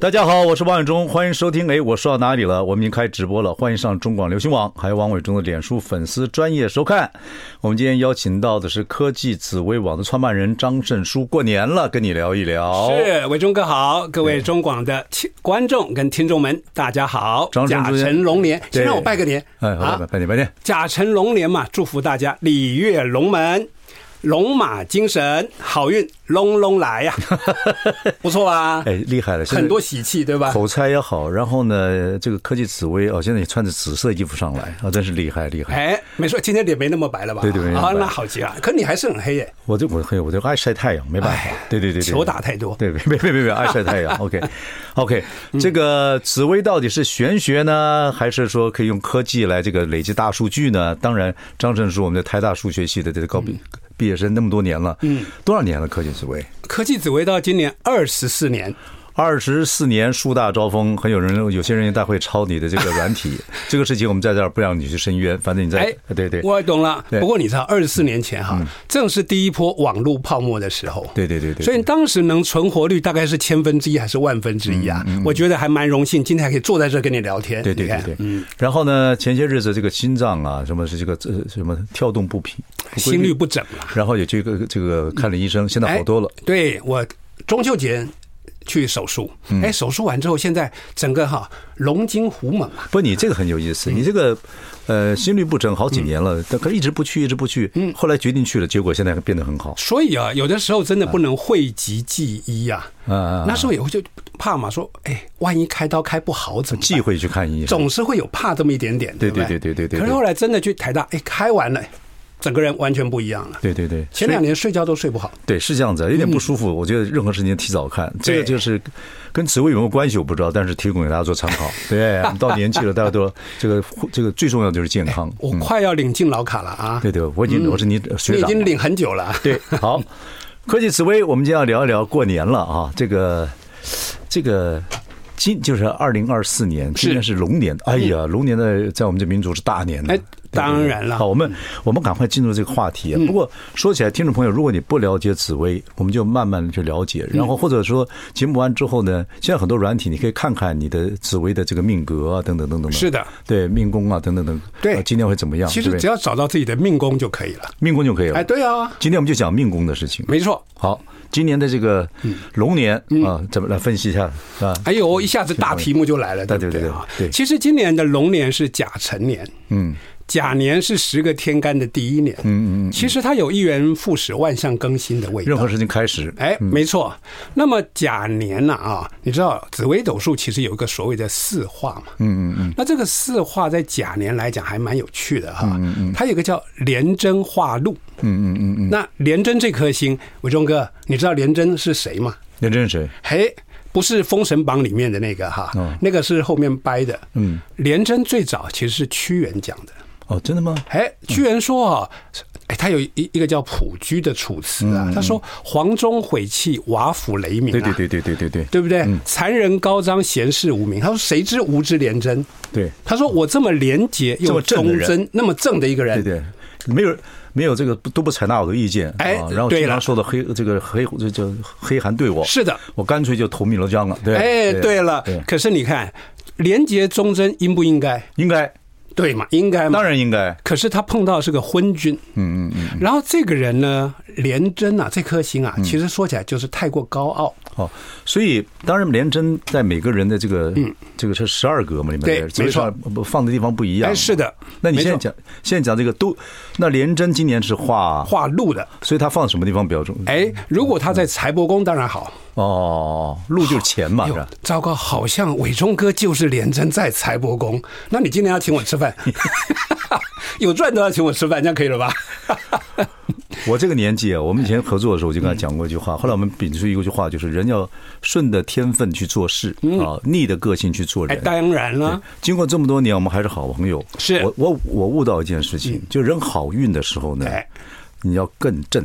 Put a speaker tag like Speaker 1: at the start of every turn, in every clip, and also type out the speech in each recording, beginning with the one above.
Speaker 1: 大家好，我是王伟忠，欢迎收听。哎，我说到哪里了？我们已经开直播了，欢迎上中广流行网，还有王伟忠的脸书粉丝专业收看。我们今天邀请到的是科技紫薇网的创办人张胜书，过年了，跟你聊一聊。
Speaker 2: 是伟忠哥好，各位中广的听观众跟听众们，大家好
Speaker 1: 张。胜
Speaker 2: 甲
Speaker 1: 之
Speaker 2: 辰龙年，
Speaker 1: 对
Speaker 2: 先让我拜个年
Speaker 1: 哎，好
Speaker 2: 啊
Speaker 1: 的，拜年拜年。
Speaker 2: 甲辰龙年嘛，祝福大家鲤跃龙门，龙马精神，好运隆隆来 呀、不错吧？
Speaker 1: 哎，厉害了，现在
Speaker 2: 很多喜气，对吧？
Speaker 1: 口才也好，然后呢，这个科技紫薇哦，现在也穿着紫色衣服上来啊，真是厉害厉害。
Speaker 2: 哎，没错，今天脸没那么白了吧？
Speaker 1: 对对没那么
Speaker 2: 啊，
Speaker 1: 白
Speaker 2: 那好极了。可你还是很黑耶，
Speaker 1: 我就我嘿，我就爱晒太阳，没办法
Speaker 2: 哎。
Speaker 1: 对对对对，
Speaker 2: 球打太多。嗯
Speaker 1: 对，别别别别别，爱晒太 阳。OK OK，这个紫薇到底是玄学呢，还是说可以用科技来这个累积大数据呢？当然，张震是我们的台大数学系的这个高毕
Speaker 2: 嗯
Speaker 1: 毕业生，那么多年了，嗯，多少年了？科技紫薇
Speaker 2: 科技紫薇到今年二十四年，
Speaker 1: 二十四年树大招风，很有人有些人大会抄你的这个软 体，这个事情我们在这儿不让你去申冤，反正你在
Speaker 2: 哎，
Speaker 1: 对对
Speaker 2: 我懂了。
Speaker 1: 对嗯
Speaker 2: 不过你知道，二十四年前哈，正是第一波网络泡沫的时候。
Speaker 1: 对对对对，
Speaker 2: 所以当时能存活率大概是千分之一还是万分之一啊？我觉得还蛮荣幸，今天还可以坐在这跟你聊天。
Speaker 1: 嗯对对
Speaker 2: 你看
Speaker 1: 对对，嗯。然后呢，前些日子这个心脏啊，什么是这个呃什么跳动不平，不规律
Speaker 2: 心率不整了。哎
Speaker 1: 然后也去个这个看了医生，现在好多了。
Speaker 2: 对我中秋节去手术，
Speaker 1: 嗯
Speaker 2: 哎，手术完之后，现在整个哈龙精虎猛啊。
Speaker 1: 不，你这个很有意思，你这个呃心律不整好几年
Speaker 2: 嗯
Speaker 1: 了，但可一直不去，一直不去，后来决定去了，结果现在变得很好。
Speaker 2: 所以啊，有的时候真的
Speaker 1: 嗯
Speaker 2: 不能讳疾忌医啊。
Speaker 1: 啊啊啊
Speaker 2: 那时候也会就怕嘛，说哎，万一开刀开不好怎么办？
Speaker 1: 忌讳去看医生，
Speaker 2: 总是会有怕这么一点点。
Speaker 1: 对
Speaker 2: 不对
Speaker 1: 对对对对对
Speaker 2: 可是后来真的去台大，哎，开完了，整个人完全不一样了。
Speaker 1: 对对对，
Speaker 2: 前两年睡觉都睡不好。
Speaker 1: 对是这样子，有点不舒服。我觉得任何事情提早看，这个
Speaker 2: 嗯对
Speaker 1: 就是跟职位有没有关系我不知道，但是提供给大家做参 考。对，到年纪了，大家都这个这个最重要就是健康。
Speaker 2: 哎
Speaker 1: 嗯
Speaker 2: 我快要领进老卡了啊！
Speaker 1: 对对，我已经我是你
Speaker 2: 你
Speaker 1: 学
Speaker 2: 已
Speaker 1: 长
Speaker 2: 经，领很久了啊。
Speaker 1: 对，好，科技紫薇，我们今天要聊一聊过年了啊，这个这个。今就是二零二四年，今年是龙年。哎呀，龙年的在我们这民族是大年的。
Speaker 2: 嗯哎当然了嗯
Speaker 1: 好，我们我们赶快进入这个话题啊。不过说起来，听众朋友，如果你不了解紫薇，我们就慢慢的去了解。然
Speaker 2: 嗯
Speaker 1: 后或者说节目完之后呢，现在很多软体，你可以看看你的紫薇的这个命格啊，等等等等。
Speaker 2: 是的，
Speaker 1: 对命宫啊，等等等。
Speaker 2: 对
Speaker 1: 呃今天会怎么样？
Speaker 2: 其
Speaker 1: 对
Speaker 2: 实
Speaker 1: 不对
Speaker 2: 只要找到自己的命宫就可以了。
Speaker 1: 命宫就可以了
Speaker 2: 哎，。对啊，
Speaker 1: 今天我们就讲命宫的事情。
Speaker 2: 没错。
Speaker 1: 好，今年的这个龙年啊，怎么来分析一下啊？
Speaker 2: 嗯哎呦，一下子大题目就来了，
Speaker 1: 对
Speaker 2: 对不
Speaker 1: 对对
Speaker 2: 啊？
Speaker 1: 对对
Speaker 2: 其实今年的龙年是甲辰年，嗯，甲年是十个天干的第一年，嗯嗯。其实它有一元复始、万象更新的味道
Speaker 1: 任。何事情开始，
Speaker 2: 哎，没错。那么甲年呐啊你知道紫微斗数其实有一个所谓的四化嘛？嗯嗯嗯。那这个四化在甲年来讲还蛮有趣的哈。嗯嗯。它有一个叫廉贞化禄。嗯嗯嗯嗯。那廉贞这颗星，伟忠哥，你知道廉贞是谁吗？
Speaker 1: 那这是谁？
Speaker 2: 嘿，不是《封神榜》里面的那个哈，那个是后面掰的。哦嗯。廉贞最早其实是屈原讲的。
Speaker 1: 哦，真的吗？
Speaker 2: 哎，居然说啊，哎，他有一一个叫普居的楚辞啊，他说“黄钟毁弃，瓦釜雷鸣、啊”，
Speaker 1: 嗯对对，嗯对对对对对
Speaker 2: 对不对？残人高张，贤士无名。他说：“谁知无知廉贞
Speaker 1: 对？”
Speaker 2: 他说：“我这么廉洁
Speaker 1: 这
Speaker 2: 又
Speaker 1: 么正的
Speaker 2: 忠
Speaker 1: 人
Speaker 2: 贞，那么正的一个人，
Speaker 1: 对对，没有没有这个都不采纳我的意见，
Speaker 2: 哎
Speaker 1: 啊然后
Speaker 2: 对
Speaker 1: 经常
Speaker 2: 了
Speaker 1: 说的黑这个黑这叫黑韩对我，
Speaker 2: 是的，
Speaker 1: 我干脆就投汨罗江了，对，
Speaker 2: 哎，对了
Speaker 1: 对，
Speaker 2: 可是你看，廉洁忠贞应不应该？
Speaker 1: 应该
Speaker 2: 对嘛，应该嘛
Speaker 1: 当。然应该，
Speaker 2: 可是他碰到是个昏君，嗯嗯嗯。然后这个人呢，廉贞啊，这颗星
Speaker 1: 嗯
Speaker 2: 啊，其实说起来就是太过高傲，
Speaker 1: 哦，所以当然廉贞在每个人的这个这个是十二格嘛里面
Speaker 2: 嗯对
Speaker 1: 的，所以
Speaker 2: 没错
Speaker 1: 上不放的地方不一样，
Speaker 2: 哎，是的。
Speaker 1: 那你现在
Speaker 2: 没错
Speaker 1: 讲，现在讲这个都，那廉贞今年是化，
Speaker 2: 化禄的。
Speaker 1: 所以它放什么地方比较重？
Speaker 2: 哎，如果他在财帛宫，当然好。
Speaker 1: 哦，禄就是钱嘛，
Speaker 2: 哎
Speaker 1: 是啊
Speaker 2: 呦
Speaker 1: 吧？
Speaker 2: 糟糕，好像伟忠哥就是连贞在财帛宫。那你 今天要请我吃饭，有赚都要请我吃饭，这样可以了吧？
Speaker 1: 我这个年纪啊，我们以前合作的时候，我就跟他讲过一句话。
Speaker 2: 嗯
Speaker 1: 后来我们摒出一句话，就是人要顺着天分去做事啊，逆着个性去做
Speaker 2: 嗯哎，
Speaker 1: 人。
Speaker 2: 当然了，
Speaker 1: 经过这么多年，我们还是好朋友。
Speaker 2: 是嗯
Speaker 1: 我我我悟到一件事情，就人好运的时候呢
Speaker 2: 哎，
Speaker 1: 你要更正；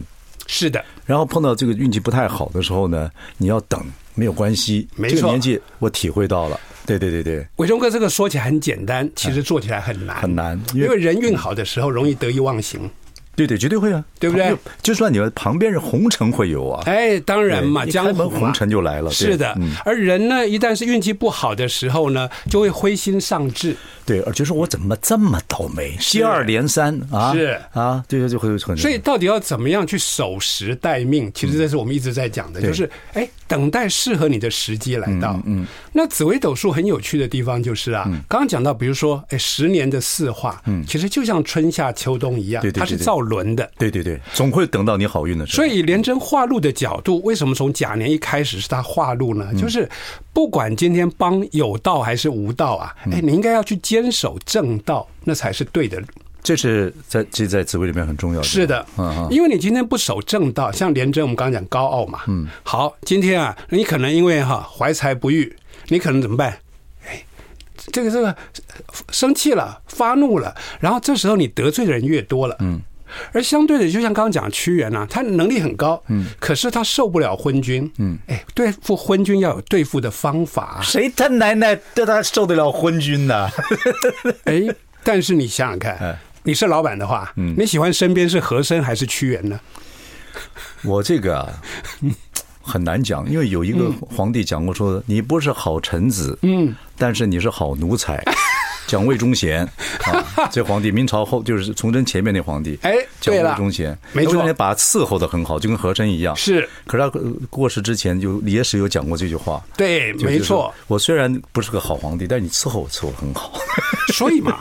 Speaker 2: 是的，
Speaker 1: 然后碰到这个运气不太好的时候呢，你要等，没有关系。
Speaker 2: 没
Speaker 1: 这个
Speaker 2: 错
Speaker 1: 年纪我体会到了。对对对对，
Speaker 2: 伟忠哥这个说起来很简单，其实做起来很难，
Speaker 1: 很难因
Speaker 2: 因
Speaker 1: 为
Speaker 2: 为人运好的时候容易得意忘形。
Speaker 1: 对对，绝对会啊，
Speaker 2: 对不对
Speaker 1: 旁边？就算你们旁边是红尘会有啊，
Speaker 2: 哎，当然嘛，
Speaker 1: 对一
Speaker 2: 江
Speaker 1: 开
Speaker 2: 湖
Speaker 1: 门
Speaker 2: 嘛
Speaker 1: 红尘就来了对嗯
Speaker 2: 是的，而人呢，一旦是运气不好的时候呢，就会灰心丧志。
Speaker 1: 对，而且说我怎么这么倒霉，接二连三啊，
Speaker 2: 是
Speaker 1: 啊，对对对，会有很
Speaker 2: 所以到底要怎么样去守时待命？其实这是我们一直在讲的，
Speaker 1: 嗯对
Speaker 2: 就是哎，等待适合你的时机来到。嗯，那紫微斗数很有趣的地方就是啊，
Speaker 1: 嗯
Speaker 2: 刚刚讲到，比如说哎，十年的四化，嗯，其实就像春夏秋冬一样
Speaker 1: 对，对对
Speaker 2: 它是
Speaker 1: 对
Speaker 2: 造轮的。
Speaker 1: 对对对，总会等到你好运的时候。
Speaker 2: 所以，连针化禄的角度，为什么从甲年一开始是他化禄
Speaker 1: 嗯
Speaker 2: 呢？就是不管今天帮有道还是无道啊，
Speaker 1: 嗯
Speaker 2: 哎，你应该要去坚守正道，那才是对的路。
Speaker 1: 这是在这在紫薇里面很重要的。
Speaker 2: 是的，
Speaker 1: 嗯嗯，
Speaker 2: 因为你今天不守正道，像廉贞，我们刚刚讲高傲嘛，嗯，好，今天啊，你可能因为哈、怀才不遇，你可能怎么办？哎，这个这个生气了，发怒了，然后这时候你得罪的人越多了，嗯。而相对的，就像刚刚讲屈原啊，他能力很高，嗯，可是他受不了昏君，嗯，哎，对付昏君要有对付的方法啊、
Speaker 1: 谁他奶奶对他受得了昏君呢？
Speaker 2: 哎，但是你想想看
Speaker 1: 哎，嗯
Speaker 2: 你是老板的话，你喜欢身边是和珅还是屈原呢？
Speaker 1: 我这个啊很难讲，因为有一个
Speaker 2: 嗯
Speaker 1: 皇帝讲过说，你不是好臣子，嗯，但是你是好奴才。 讲魏忠贤啊，这皇帝明朝后就是崇祯前面那皇帝，
Speaker 2: 哎
Speaker 1: 讲
Speaker 2: 对
Speaker 1: 魏
Speaker 2: 了
Speaker 1: 忠贤，
Speaker 2: 没
Speaker 1: 魏忠
Speaker 2: 错
Speaker 1: 贤把他伺候的很好，就跟和珅一样。
Speaker 2: 是
Speaker 1: 可是他呃过世之前就也是有讲过这句话，
Speaker 2: 对，
Speaker 1: 就
Speaker 2: 没错。。
Speaker 1: 就是我虽然不是个好皇帝，但你伺候我伺候得很好。
Speaker 2: 所以嘛，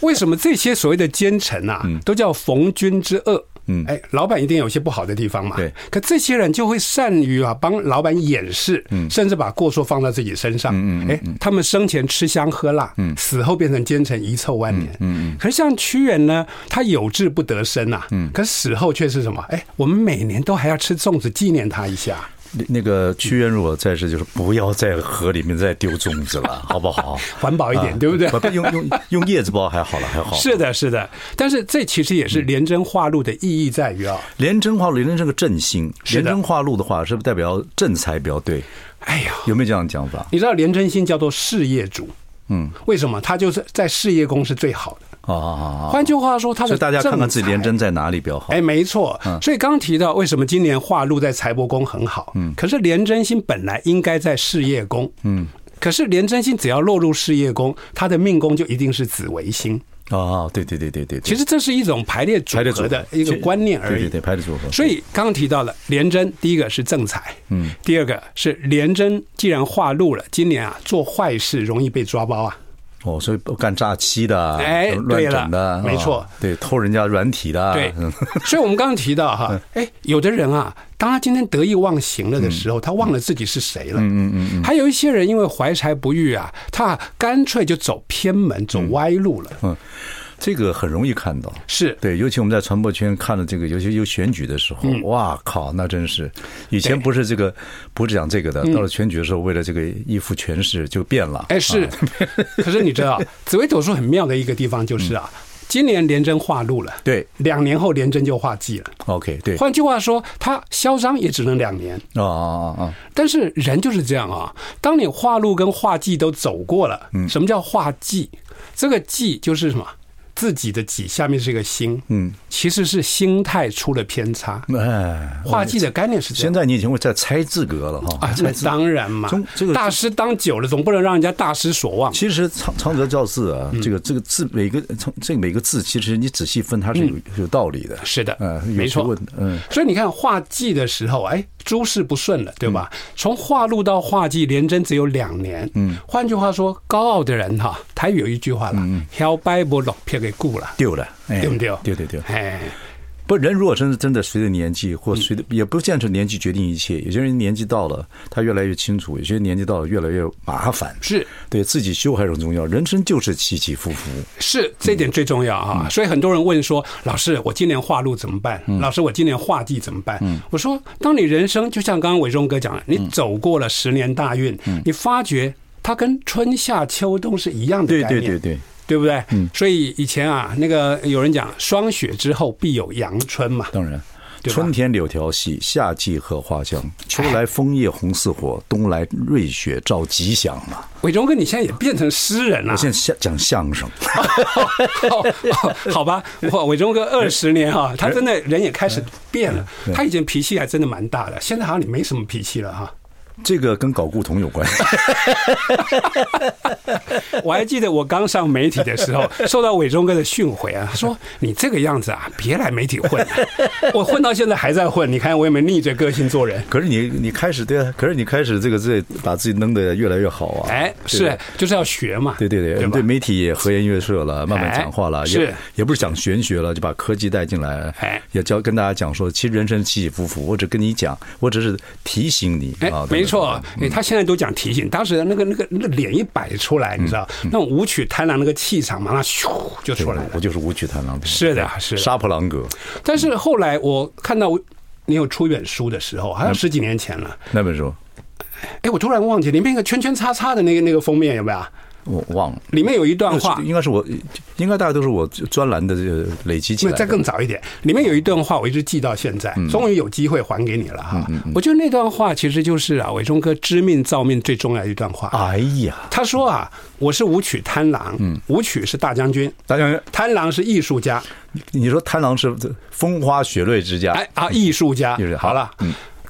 Speaker 2: 为什么这些所谓的奸臣啊，都叫逢君之恶？嗯，哎，老板一定有些不好的地方嘛。
Speaker 1: 对，
Speaker 2: 可这些人就会善于啊帮老板掩饰，甚至把过错放到自己身上。嗯嗯，哎，他们生前吃香喝辣，嗯，死后变成奸臣，遗臭万年。嗯嗯，可是像屈原呢，他有志不得伸呐，嗯，可死后却是什么？哎，我们每年都还要吃粽子纪念他一下。
Speaker 1: 那那个屈原如果在世，就是不要在河里面再丢粽子了，好不好？
Speaker 2: 啊环保一点对不对
Speaker 1: 不用用用叶子包还好了，还好。
Speaker 2: 是的，是的，但是这其实也是廉贞化禄的意义在于啊、
Speaker 1: 廉贞化禄，廉贞是个正星，
Speaker 2: 是的
Speaker 1: 廉贞化禄的话，是不是代表正财比较对？
Speaker 2: 哎呀，
Speaker 1: 有没有这样的讲法？
Speaker 2: 你知道廉贞星叫做事业主，嗯，为什么？他就是在事业宫是最好的。
Speaker 1: 啊啊啊！啊
Speaker 2: 换句话说，他
Speaker 1: 所
Speaker 2: 的
Speaker 1: 以大家看看自己
Speaker 2: 正财
Speaker 1: 廉。贞在哪里比较好。嗯
Speaker 2: 哎，没错，所以刚刚提到为什么今年化禄在财帛宫很好，嗯，可是廉贞星本来应该在事业宫，嗯，可是廉贞星只要落入事业宫，他的命宫就一定是紫微星。
Speaker 1: 啊啊！对对对对对，
Speaker 2: 其实这是一种排列组
Speaker 1: 排列组
Speaker 2: 合的一个观念而
Speaker 1: 对
Speaker 2: 已
Speaker 1: 对。对，排列组合。
Speaker 2: 所以刚刚提到了廉贞，第一个是正财，嗯，第二个是廉贞，既然化禄了，今年啊做坏事容易被抓包啊，
Speaker 1: 哦，所以干诈欺的，啊
Speaker 2: 哎
Speaker 1: 乱
Speaker 2: 对了
Speaker 1: 整的，
Speaker 2: 没错
Speaker 1: 啊对，偷人家软体的，
Speaker 2: 对
Speaker 1: 嗯，
Speaker 2: 所以我们刚刚提到哈，哎，有的人啊，当他今天得意忘形了的时候，他忘了自己是谁了。嗯嗯嗯。还有一些人因为怀才不遇啊，他干脆就走偏门、走歪路了。
Speaker 1: 这个很容易看到。
Speaker 2: 是，
Speaker 1: 对，尤其我们在传播圈看了这个，尤其有选举的时候，
Speaker 2: 嗯
Speaker 1: 哇靠，那真是以前不是这个，不是讲这个的，到了选举的时候，为了这个依附权势就变了。
Speaker 2: 哎是。 可是你知道，啊紫微斗数很妙的一个地方就是啊，今年廉贞化禄了，
Speaker 1: 对
Speaker 2: 两年后廉贞就化忌了。
Speaker 1: ，OK，对，啊
Speaker 2: 换句话说，他嚣张也只能两年。
Speaker 1: 啊啊啊，
Speaker 2: 但是人就是这样啊，当你化路跟化忌都走过了，
Speaker 1: 嗯
Speaker 2: 什么叫化忌？这个忌就是什么？自己的己下面是一个心，嗯，其实是心态出了偏差。
Speaker 1: 哎，
Speaker 2: 化忌的概念是这
Speaker 1: 现
Speaker 2: 样。
Speaker 1: 在你已经会在猜字格了哈
Speaker 2: 啊，。那当然嘛
Speaker 1: 中这个，
Speaker 2: 大师当久了，总不能让人家大失所望。
Speaker 1: 其实昌昌泽造字啊，
Speaker 2: 嗯
Speaker 1: 这个这个字每个从这每个字，其实你仔细分，它是有有道理的。
Speaker 2: 是的，
Speaker 1: 嗯，有
Speaker 2: 嗯没
Speaker 1: 学
Speaker 2: 错
Speaker 1: 问。的，嗯，
Speaker 2: 所以你看化忌的时候，哎，诸事不顺了，对
Speaker 1: 嗯
Speaker 2: 吧？从化禄到化忌，连贞只有两年。嗯，换句话说，高傲的人哈，他
Speaker 1: 嗯
Speaker 2: 有一句话了，“挑掰不落撇给顾了”。
Speaker 1: 丢了，哎
Speaker 2: 对不对？
Speaker 1: 对对对。
Speaker 2: 哎，
Speaker 1: 不，人如果真的真的随着年纪，或随
Speaker 2: 嗯
Speaker 1: 着也不见得是年纪决定一切。有些人年纪到了，他越来越清楚；有些人年纪到了，越来越麻烦。
Speaker 2: 是
Speaker 1: 对自己修还是很重要。人生就是起起伏伏。
Speaker 2: 是，这一点最重要啊。
Speaker 1: 嗯
Speaker 2: 所以很多人问说：“老师，我今年画路怎么办？老师，我今年画地怎么办？”
Speaker 1: 嗯
Speaker 2: 我说：“当你人生就像刚刚伟忠哥讲的，你走过了十年大运，
Speaker 1: 嗯
Speaker 2: 你发觉它跟春夏秋冬是一样的
Speaker 1: 对
Speaker 2: 概
Speaker 1: 对
Speaker 2: 念。
Speaker 1: 对对，嗯
Speaker 2: 对不对？所以以前啊，那个有人讲“霜雪之后必有阳春”嘛，
Speaker 1: 当然。
Speaker 2: 对吧哎
Speaker 1: 春天柳条细，夏季荷花香。秋来枫叶红似火，冬来瑞雪照吉祥嘛。
Speaker 2: 伟忠哥，你现在也变成诗人啊了、
Speaker 1: 我现在相讲相声，
Speaker 2: 哦哦 好吧，哇，伟忠哥二十年啊，他真的人也开始变了。他以前脾气还真的蛮大的，现在好像你没什么脾气了哈。
Speaker 1: 这个跟搞故童有关。
Speaker 2: 我还记得我刚上媒体的时 候，受到伟忠哥的训诲啊，他说你这个样子啊，别来媒体混了。我混到现在还在混，你看我有没有逆着个性做人？
Speaker 1: 可是你你开始对啊，可是你开始这个这把自己弄得越来越好啊。
Speaker 2: 哎，是就是要学嘛。
Speaker 1: 对对对，我
Speaker 2: 对
Speaker 1: 们
Speaker 2: 吧
Speaker 1: 对媒体也和颜悦色了，慢慢
Speaker 2: 哎
Speaker 1: 讲话了，也
Speaker 2: 是
Speaker 1: 也不是讲玄学了，就把科技带进来，
Speaker 2: 哎
Speaker 1: 也教跟大家讲说，其实人生起起伏伏，我只跟你讲，我只是提醒你
Speaker 2: 哎
Speaker 1: 啊，，
Speaker 2: 没错
Speaker 1: 等等，
Speaker 2: 哎，他现在都讲提醒，当时那个那个那个脸一摆出来，你知道，那种舞曲贪婪那个气场，马上咻就出来
Speaker 1: 嗯对我
Speaker 2: 了。
Speaker 1: 就是舞曲贪狼，
Speaker 2: 是的，是的。
Speaker 1: 杀破狼格
Speaker 2: 但是后来我看到你有出一本书的时候，好
Speaker 1: 嗯
Speaker 2: 像十几年前了。
Speaker 1: 那本书
Speaker 2: 哎，我突然忘记里面一个圈圈叉叉的那个那个封面有没有？
Speaker 1: 我忘了，
Speaker 2: 里面有一段
Speaker 1: 那
Speaker 2: 话
Speaker 1: 是，应该是我，应该大家都是我专栏的这个累积起
Speaker 2: 没
Speaker 1: 来
Speaker 2: 有再
Speaker 1: 的。嗯
Speaker 2: 更早一点，里面有一段话，我一直记到现在，终于有机会还给你了哈。我觉得那段话其实就是啊，伟忠哥知命造命最重要的一段话。
Speaker 1: 哎呀，
Speaker 2: 他说啊，我是武曲贪狼，
Speaker 1: 嗯
Speaker 2: 武曲是大将军，
Speaker 1: 大家
Speaker 2: 贪狼是艺术家，
Speaker 1: 你说贪狼是风花雪月之家，
Speaker 2: 哎啊，艺术家
Speaker 1: 艺术家，好嗯
Speaker 2: 好了。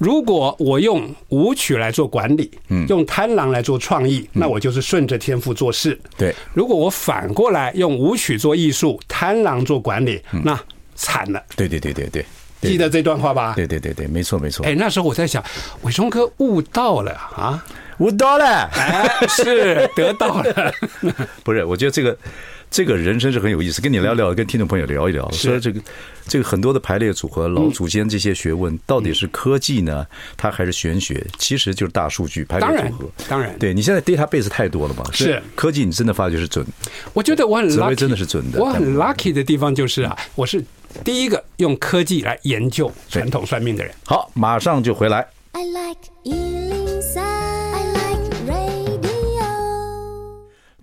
Speaker 2: 如果我用舞曲来做管理，
Speaker 1: 嗯
Speaker 2: 用贪狼来做创意，那我就是顺着天赋做事。
Speaker 1: 对，
Speaker 2: 如果我反过来用舞曲做艺术，贪狼做管理，那惨了。
Speaker 1: 对对对对对，嗯对
Speaker 2: 记得这段话吧？
Speaker 1: 对对对对，没错没错，
Speaker 2: 哎，那时候我在想，伟忠哥悟到了 啊，
Speaker 1: 我到了。
Speaker 2: 哎，是得到了，
Speaker 1: 不是，我觉得这个这个人生是很有意思，跟你聊
Speaker 2: 嗯
Speaker 1: 聊，跟听众朋友聊一聊，说这个这个很多的排列组合、
Speaker 2: 嗯
Speaker 1: 老祖先这些学问，到底是科技呢，它还是玄学？其实就是大数据排
Speaker 2: 当
Speaker 1: 列
Speaker 2: 然
Speaker 1: 组合。，
Speaker 2: 当然，
Speaker 1: 对你现在 database 太多了嘛，
Speaker 2: 是
Speaker 1: 所以科技，你真的发觉是准，
Speaker 2: 我觉得我很
Speaker 1: 紫薇
Speaker 2: lucky，
Speaker 1: 真的是准的
Speaker 2: 我很 lucky 的地方就是啊，我是第一个用科技来研究传统算命的人。
Speaker 1: 好，马上就回来。
Speaker 3: I like Ealing Sound. I like radio.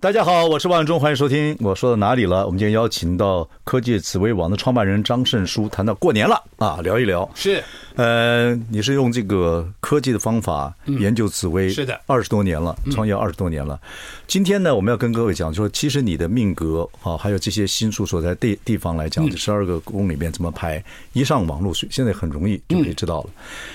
Speaker 1: 大家好，我是万忠，欢迎收听。我说到哪里了？我们今天邀请到科技紫薇网的创办人张胜书，谈到过年了啊，聊一聊。
Speaker 2: 是
Speaker 1: 呃，你是用这个科技的方法研究紫薇，
Speaker 2: 是的嗯
Speaker 1: 二十多年了，创业二十多年了。今天呢，我们要跟各位讲，说其实你的命格啊，还有这些星宿所在地地方来
Speaker 2: 嗯
Speaker 1: 讲，这十二个宫里面怎么排，一上网络现在很容易就可以知道
Speaker 2: 嗯
Speaker 1: 了。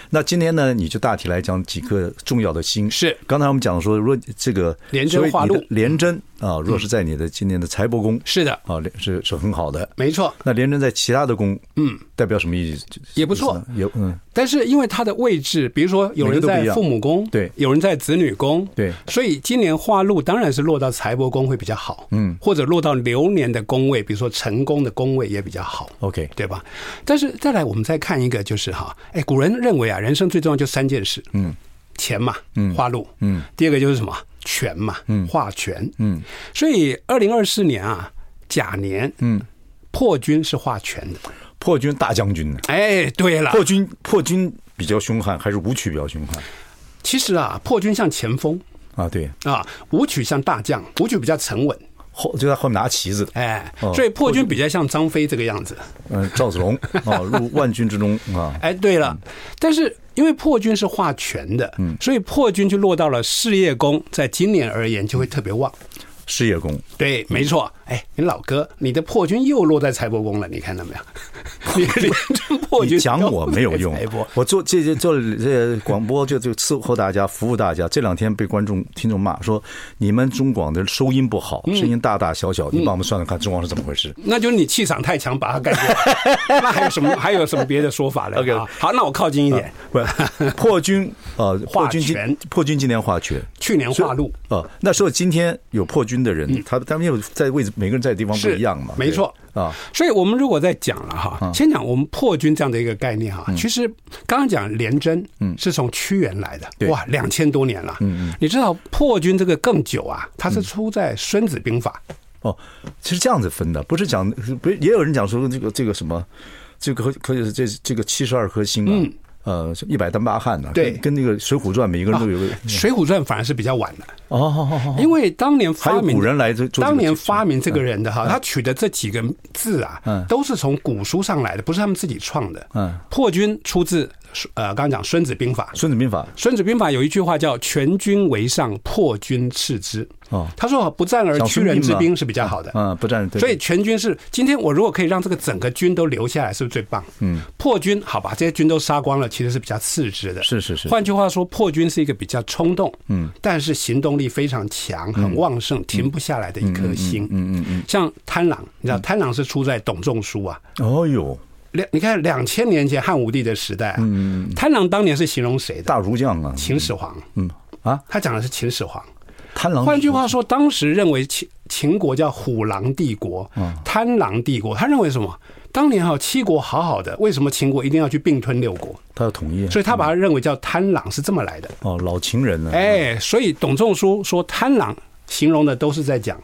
Speaker 1: 那今天呢，你就大体来讲几个重要的星
Speaker 2: 是
Speaker 1: 刚才我们讲说，如果这个
Speaker 2: 廉贞化禄
Speaker 1: 所谓你的廉贞啊，若是在你的今年的财帛宫
Speaker 2: 嗯是的，
Speaker 1: 啊，是是很好的。
Speaker 2: 没错。
Speaker 1: 那廉贞在其他的宫，嗯，代表什么意思？
Speaker 2: 也不错，
Speaker 1: 也嗯。
Speaker 2: 但是因为它的位置，比如说有
Speaker 1: 每个
Speaker 2: 人
Speaker 1: 都不一
Speaker 2: 在
Speaker 1: 样
Speaker 2: 父母宫，
Speaker 1: 对
Speaker 2: 有人在子女宫，
Speaker 1: 对
Speaker 2: 所以今年化禄当然是落到财帛宫会比较好，嗯，或者落到流年的宫位，比如说成功的宫位也比较好。
Speaker 1: OK，
Speaker 2: 对吧？但是再来，我们再看一个，就是哈，哎，古人认为啊，人生最重要就三件事，嗯，钱嘛，嗯，花路，嗯，第二个就是什么权嘛，嗯，化权，嗯，所以二零二四年啊，甲年，嗯，破军是化权的，
Speaker 1: 破军大将军呢？
Speaker 2: 哎，对了，
Speaker 1: 破军破军比较凶悍，还是武曲比较凶悍
Speaker 2: 其实啊，破军像前锋
Speaker 1: 啊？对，
Speaker 2: 啊，武曲像大将，武曲比较沉稳，
Speaker 1: 后就在后面拿旗子的，
Speaker 2: 哎，
Speaker 1: 哦
Speaker 2: 所以破军比较像张飞这个样子，
Speaker 1: 嗯，赵子 龙啊，入万军之中啊。
Speaker 2: 哎，对了，但是因为破军是化权的，
Speaker 1: 嗯
Speaker 2: 所以破军就落到了事业宫，在今年而言就会特别旺。
Speaker 1: 事业宫，
Speaker 2: 对，没错。哎，你老哥，你的破军又落在财帛宫了，你看到没有？ 你连真破
Speaker 1: 你
Speaker 2: 军
Speaker 1: 讲我没有用
Speaker 2: 财帛，
Speaker 1: 我做这些做这广播就就伺候大家，服务大家。这两天被观众听众骂说，你们中广的收音不好，
Speaker 2: 嗯
Speaker 1: 声音大大小小，你帮我们算算看中广是怎么回事？
Speaker 2: 那就是你气场太强，把它盖过 来。那还有什么？还有什么别的说法呢
Speaker 1: OK 嗯
Speaker 2: 啊好，那我靠近一点。
Speaker 1: 不，破军啊，破军今
Speaker 2: 化权
Speaker 1: 破军今年化权，
Speaker 2: 去年化禄嗯
Speaker 1: 哦，那时候今天有破军的人，他他们有在位置，每个人在的地方不
Speaker 2: 是
Speaker 1: 一样嘛，
Speaker 2: 没
Speaker 1: 对
Speaker 2: 错
Speaker 1: 啊，嗯
Speaker 2: 所以我们如果在讲了哈，先讲我们破军这样的一个概念哈，其实刚刚讲廉贞，嗯，是从屈原来
Speaker 1: 对
Speaker 2: 的，哇，两千多年了，嗯嗯，你知道破军这个更久啊，它是出在《孙子兵法》
Speaker 1: 哦，其实这样子分的，不是讲，不是也有人讲说这个这个什么，这个可以这这个七十二颗星啊，呃，一百单八汉呐、
Speaker 2: 嗯对啊
Speaker 1: 跟跟那个《水浒传》每个人都有个、
Speaker 2: 水浒传》，反而是比较晚的，
Speaker 1: 哦哦嗯哦哦，
Speaker 2: 因为当年
Speaker 1: 还有
Speaker 2: 发明
Speaker 1: 古人来做做这个嗯
Speaker 2: 当年
Speaker 1: 解释
Speaker 2: 发明这个人的哈，他取的这几个字啊，都是从古书上来的，不是他们自己创的。
Speaker 1: 嗯，
Speaker 2: 破军出自呃，刚刚讲《孙子兵法》，
Speaker 1: 《孙子兵法》
Speaker 2: 《孙子兵法》有一句话叫“全军为上，破军斥之”。
Speaker 1: 哦
Speaker 2: 他说不战而
Speaker 1: 小
Speaker 2: 屈
Speaker 1: 孙
Speaker 2: 人
Speaker 1: 兵
Speaker 2: 之
Speaker 1: 嘛
Speaker 2: 兵是比啊较好的。
Speaker 1: 嗯，不占对，
Speaker 2: 所以全军是今天我如果可以让这个整个军都留下来，是不是最棒？嗯，破军好吧，这些军都杀光了，其实是比较次之的。
Speaker 1: 是是是
Speaker 2: 换句话说，破军是一个比较冲动，嗯，但是行动力非常强、很旺盛、停不下来的一颗心。嗯嗯嗯。像贪狼，你知道贪狼是出在董仲舒啊，
Speaker 1: 哦哟，
Speaker 2: 两你看两千年前汉武帝的时代啊，贪狼当年是形容谁的？
Speaker 1: 大儒将啊，
Speaker 2: 秦始皇，
Speaker 1: 嗯啊，
Speaker 2: 他讲的是秦始皇。
Speaker 1: 贪狼，
Speaker 2: 换句话说，当时认为秦秦国叫虎狼帝国、
Speaker 1: 嗯
Speaker 2: 贪狼帝国，他认为什么？当年哈七国好好的，为什么秦国一定要去并吞六国？
Speaker 1: 他要统一，啊
Speaker 2: 所以他把它认为叫贪狼是这么来的。
Speaker 1: 哦，老秦人呢、
Speaker 2: 哎，所以董仲舒说贪狼形容的都是在讲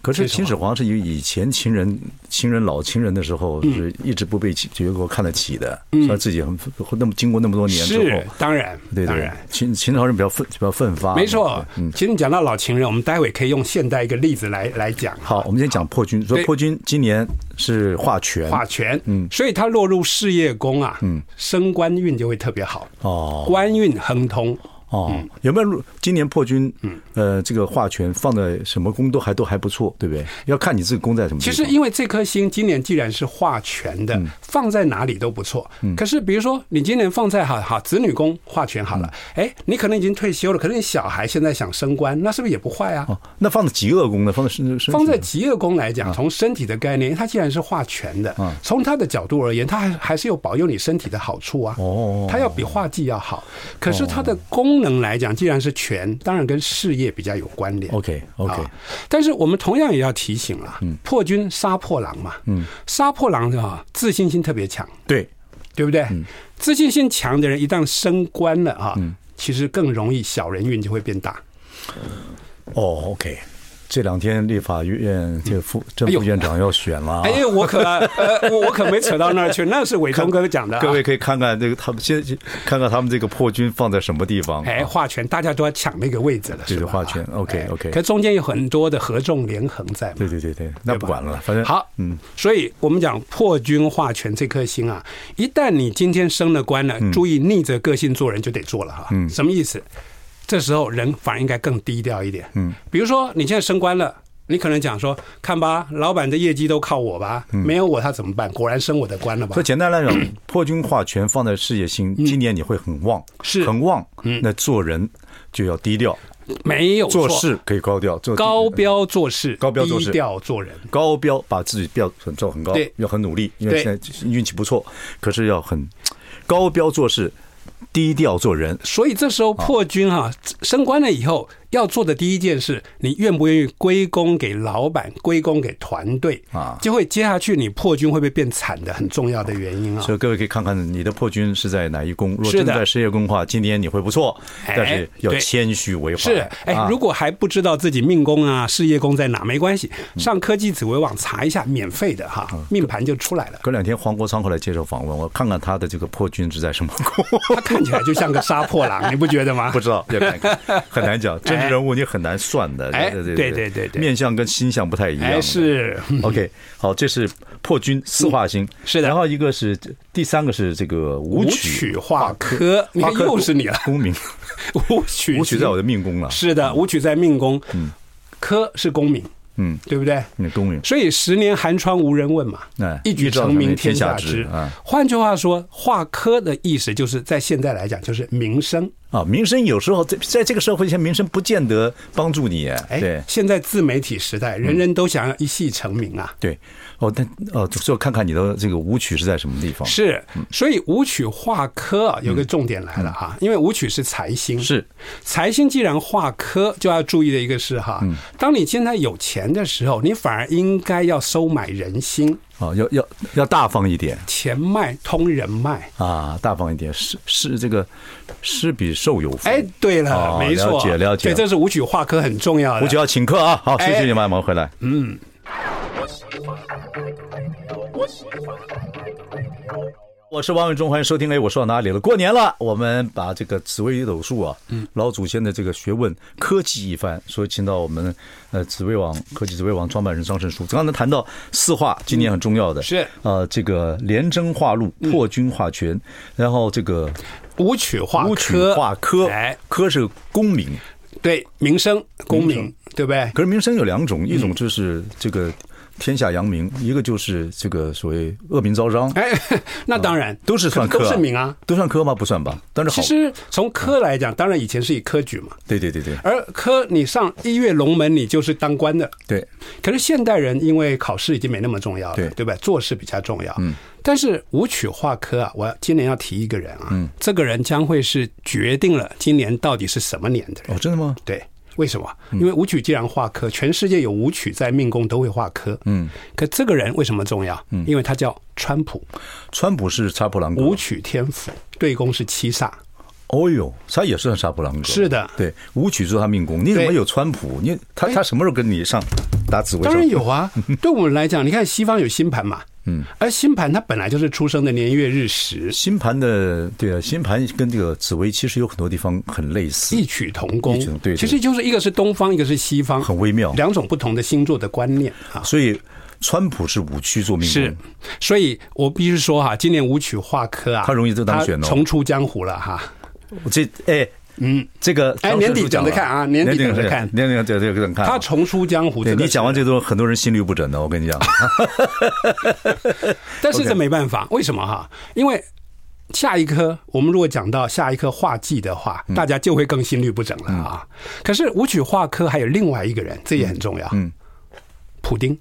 Speaker 1: 可是秦始皇是以以前秦人、秦人老秦人的时候，
Speaker 2: 嗯
Speaker 1: 是一直不被秦秦国看得起的，所以他自己很那么经过那么多年之后
Speaker 2: 是，当然，
Speaker 1: 对
Speaker 2: 当
Speaker 1: 对
Speaker 2: 然。，
Speaker 1: 秦秦朝人比较奋比较奋发，
Speaker 2: 没错
Speaker 1: 对嗯，，
Speaker 2: 其实你讲到老秦人，我们待会可以用现代一个例子来来讲。
Speaker 1: 好，我们先讲破军，说
Speaker 2: 对
Speaker 1: 破军今年是化权，
Speaker 2: 化权，嗯，所以他落入事业宫啊，嗯，升官运就会特别好，
Speaker 1: 哦
Speaker 2: 官运亨通，
Speaker 1: 哦，
Speaker 2: 嗯
Speaker 1: 有没有今年破军？呃，这个化权放在什么宫都还都还不错，对不对？要看你自己宫在什么地
Speaker 2: 其
Speaker 1: 方。
Speaker 2: 实，因为这颗星今年既然是化权
Speaker 1: 嗯
Speaker 2: 的，放在哪里都不错。可是，比如说你今年放在好好子女宫化权好了，
Speaker 1: 嗯
Speaker 2: 哎、你可能已经退休了，可是你小孩现在想升官，那是不是也不坏啊？
Speaker 1: 哦，啊那放在极恶宫呢？放在身身
Speaker 2: 放在极恶宫来讲，从身体的概念，因为它既然是化权的，
Speaker 1: 啊
Speaker 2: 从它的角度而言，它还还是有保佑你身体的好处啊。
Speaker 1: 哦
Speaker 2: 它要比化忌要好。可是它的功能来讲，既然是权，当然跟事业比较有关联。
Speaker 1: OK OK，
Speaker 2: 啊。但是我们同样也要提醒了，
Speaker 1: 嗯
Speaker 2: 破军杀破狼嘛，杀破狼啊，自信心特别强，
Speaker 1: 对，
Speaker 2: 对不对？
Speaker 1: 嗯
Speaker 2: 自信心强的人一旦升官了啊，其实更容易小人运就会变大。
Speaker 1: 啊哦 OK。这两天立法院这个副正
Speaker 2: 哎呦
Speaker 1: 副院长要选了啊，
Speaker 2: 哎呀，我可 呃，我我可没扯到那儿去，那是伟忠哥讲的、啊。
Speaker 1: 各位，可以看看这个他们先先看看他们这个破军放在什么地方。
Speaker 2: 哎，画圈大家都要抢那个位置了，
Speaker 1: 对
Speaker 2: 是
Speaker 1: 对
Speaker 2: 吧？
Speaker 1: 画圈，OK，
Speaker 2: 哎
Speaker 1: OK
Speaker 2: 可中间有很多的合纵连横在嘛。
Speaker 1: 对对对对，那
Speaker 2: 对吧
Speaker 1: 不管了，反正
Speaker 2: 好，嗯，所以我们讲破军化权这颗星啊，一旦你今天升了官
Speaker 1: 嗯
Speaker 2: 了，注意逆着个性做人就得做了哈。嗯，什么意思？这时候人反而应该更低调一点。嗯，比如说你现在升官了。你可能讲说，看吧，老板的业绩都靠我吧，没有我他怎么办？果然升我的官了吧
Speaker 1: 嗯
Speaker 2: 嗯
Speaker 1: 所以？简单来讲， 破军化权放在事业心，今年你会很旺，
Speaker 2: 是
Speaker 1: 很旺。那做人就要低调，
Speaker 2: 没有错
Speaker 1: 做事可以高调，做
Speaker 2: 高标做事，
Speaker 1: 高标做事
Speaker 2: 低调做人。
Speaker 1: 高标，把自己标准做很高
Speaker 2: 对，
Speaker 1: 要很努力，因为
Speaker 2: 对
Speaker 1: 现在运气不错，可是要很高标做事，低调做人。
Speaker 2: 所以这时候
Speaker 1: 啊
Speaker 2: 破军哈、升官了以后要做的第一件事，你愿不愿意归功给老板，归功给团队
Speaker 1: 啊
Speaker 2: 就会接下去你破军会不会变惨的很重要的原因啊
Speaker 1: 所。以各位可以看看你的破军是在哪一宫，如果
Speaker 2: 是
Speaker 1: 真
Speaker 2: 的
Speaker 1: 在事业宫的话，今年你会不错，
Speaker 2: 哎
Speaker 1: 但是要
Speaker 2: 对
Speaker 1: 谦虚为怀。
Speaker 2: 是，哎
Speaker 1: 啊，
Speaker 2: 如果还不知道自己命宫啊、事业宫在哪，没关系，
Speaker 1: 嗯
Speaker 2: 上科技紫微网查一下，免费的哈，命盘就出来了。
Speaker 1: 隔两天黄国昌后来接受访问，我看看他的这个破军是在什么宫，
Speaker 2: 他看起来就像个杀 破狼，你不觉得 吗？
Speaker 1: 不知道要看看， 很难讲。政治人物你很难算的，
Speaker 2: 哎
Speaker 1: 对
Speaker 2: 对对对对
Speaker 1: 面相跟星相不太一样
Speaker 2: 哎，
Speaker 1: 的。
Speaker 2: 是
Speaker 1: OK，好，这是破军四化星，
Speaker 2: 嗯是的
Speaker 1: 然后一个是第三个是这个武
Speaker 2: 舞
Speaker 1: 曲
Speaker 2: 曲化科，你看
Speaker 1: 化科
Speaker 2: 又是你了，
Speaker 1: 功名，
Speaker 2: 舞曲
Speaker 1: 武曲在我的命宫了。
Speaker 2: 是的，武曲在命宫，科是功名，
Speaker 1: 嗯，
Speaker 2: 对不对？
Speaker 1: 那公允，
Speaker 2: 所以十年寒窗无人问嘛，
Speaker 1: 哎
Speaker 2: 一举成名天下
Speaker 1: 一举成名
Speaker 2: 知
Speaker 1: 天下知啊。
Speaker 2: 换句话说，画科的意思就是在现在来讲就是名声。
Speaker 1: 啊，民生有时候在在这个社会下，民生不见得帮助你耶，对嗯
Speaker 2: 哎，现在自媒体时代，人人都想要一戏成名啊。
Speaker 1: 对，哦，但哦，就就看看你的这个舞曲是在什么地方，
Speaker 2: 是，所以舞曲画科啊，有个重点来了哈，因为舞曲是财星，
Speaker 1: 嗯是
Speaker 2: 财星既然化科，就要注意的一个是哈，
Speaker 1: 嗯
Speaker 2: 当你现在有钱的时候，你反而应该要收买人心，
Speaker 1: 哦，要要要大方一点
Speaker 2: 钱脉通人脉。
Speaker 1: 啊，大方一点，是是这个施比受有福。
Speaker 2: 哎，对了，
Speaker 1: 哦
Speaker 2: 没错，
Speaker 1: 了解了解
Speaker 2: 对，这是舞曲化科很重要的。
Speaker 1: 我就要请客啊！好，谢谢
Speaker 2: 哎嗯
Speaker 1: 你们，我们回来。我是王伟忠，欢迎收听。哎，我说到哪里了？过年了，我们把这个紫微斗数啊，
Speaker 2: 嗯
Speaker 1: 老祖先的这个学问科技一番，所以请到我们呃紫微网科技紫微网创办人张胜书。刚才谈到四化，今年很重要的、
Speaker 2: 是嗯
Speaker 1: 呃这个廉贞化禄、破军化权，然后这个
Speaker 2: 舞曲化科，
Speaker 1: 武曲化科
Speaker 2: 哎，，
Speaker 1: 科是功名，
Speaker 2: 对，名声、功名，对不对？
Speaker 1: 可是名声有两种，一
Speaker 2: 嗯
Speaker 1: 种就是这个天下扬名，一个就是这个所谓恶名昭彰，
Speaker 2: 哎， 那当然，
Speaker 1: 哦都是算科、
Speaker 2: 都是名啊。，
Speaker 1: 都算科吗？不算吧，但是好
Speaker 2: 其，实从科来讲，当然以前是以科举嘛，
Speaker 1: 对对对对
Speaker 2: 而科你上一跃龙门，你就是当官的。
Speaker 1: 对，
Speaker 2: 可是现代人因为考试已经没那么重要了，
Speaker 1: 对
Speaker 2: 对吧？做事比较重要。嗯，但是舞曲化科啊，我要今年要提一个人啊，嗯，这个人将会是决定了今年到底是什么年的人。
Speaker 1: 哦，真的吗？
Speaker 2: 对，为什么？
Speaker 1: 嗯
Speaker 2: 因为舞曲既然化科，全世界有舞曲在命宫都会化科。嗯，可这个人为什么重要？嗯，因为他叫川普，
Speaker 1: 川普是查普朗格，
Speaker 2: 舞曲天府，对宫是七煞。
Speaker 1: 哦呦，他也算查普朗格，
Speaker 2: 是的
Speaker 1: 对，武曲是他命宫，你怎么
Speaker 2: 对哎
Speaker 1: 有川普？你他他什么时候跟你上打紫微？
Speaker 2: 当然，有啊，对我们来讲，你看西方有星盘嘛，嗯，而星盘它本来就是出生的年月日时，
Speaker 1: 星盘的对啊，星盘跟这个紫微其实有很多地方很类似
Speaker 2: 异，曲同工
Speaker 1: 异曲同，对对
Speaker 2: 其实就是一个是东方，一个是西方，
Speaker 1: 很微妙
Speaker 2: 两种不同的星座的观念啊。
Speaker 1: 所以川普是武曲做命宫，
Speaker 2: 是，所以我必须说哈、今年舞曲化科啊，
Speaker 1: 他容易就当选哦
Speaker 2: 他重出江湖了哈、
Speaker 1: 我这哎，嗯，这个
Speaker 2: 哎
Speaker 1: 张
Speaker 2: 年底
Speaker 1: 叔叔讲
Speaker 2: 等着看啊
Speaker 1: 了
Speaker 2: 年底等着看
Speaker 1: 年底等着等着看。
Speaker 2: 他重出江湖，
Speaker 1: 啊对
Speaker 2: 真的
Speaker 1: 你
Speaker 2: 是
Speaker 1: 讲完，这东西，很多人心律不整的，我跟你 讲，
Speaker 2: 但是这没办法，为什么哈、因为下一科，我们如果讲到下一科画技的话，
Speaker 1: 嗯
Speaker 2: 大家就会更心律不整了啊。可是舞曲化科还有另外一个人，这也很重要，
Speaker 1: 嗯，
Speaker 2: 普丁。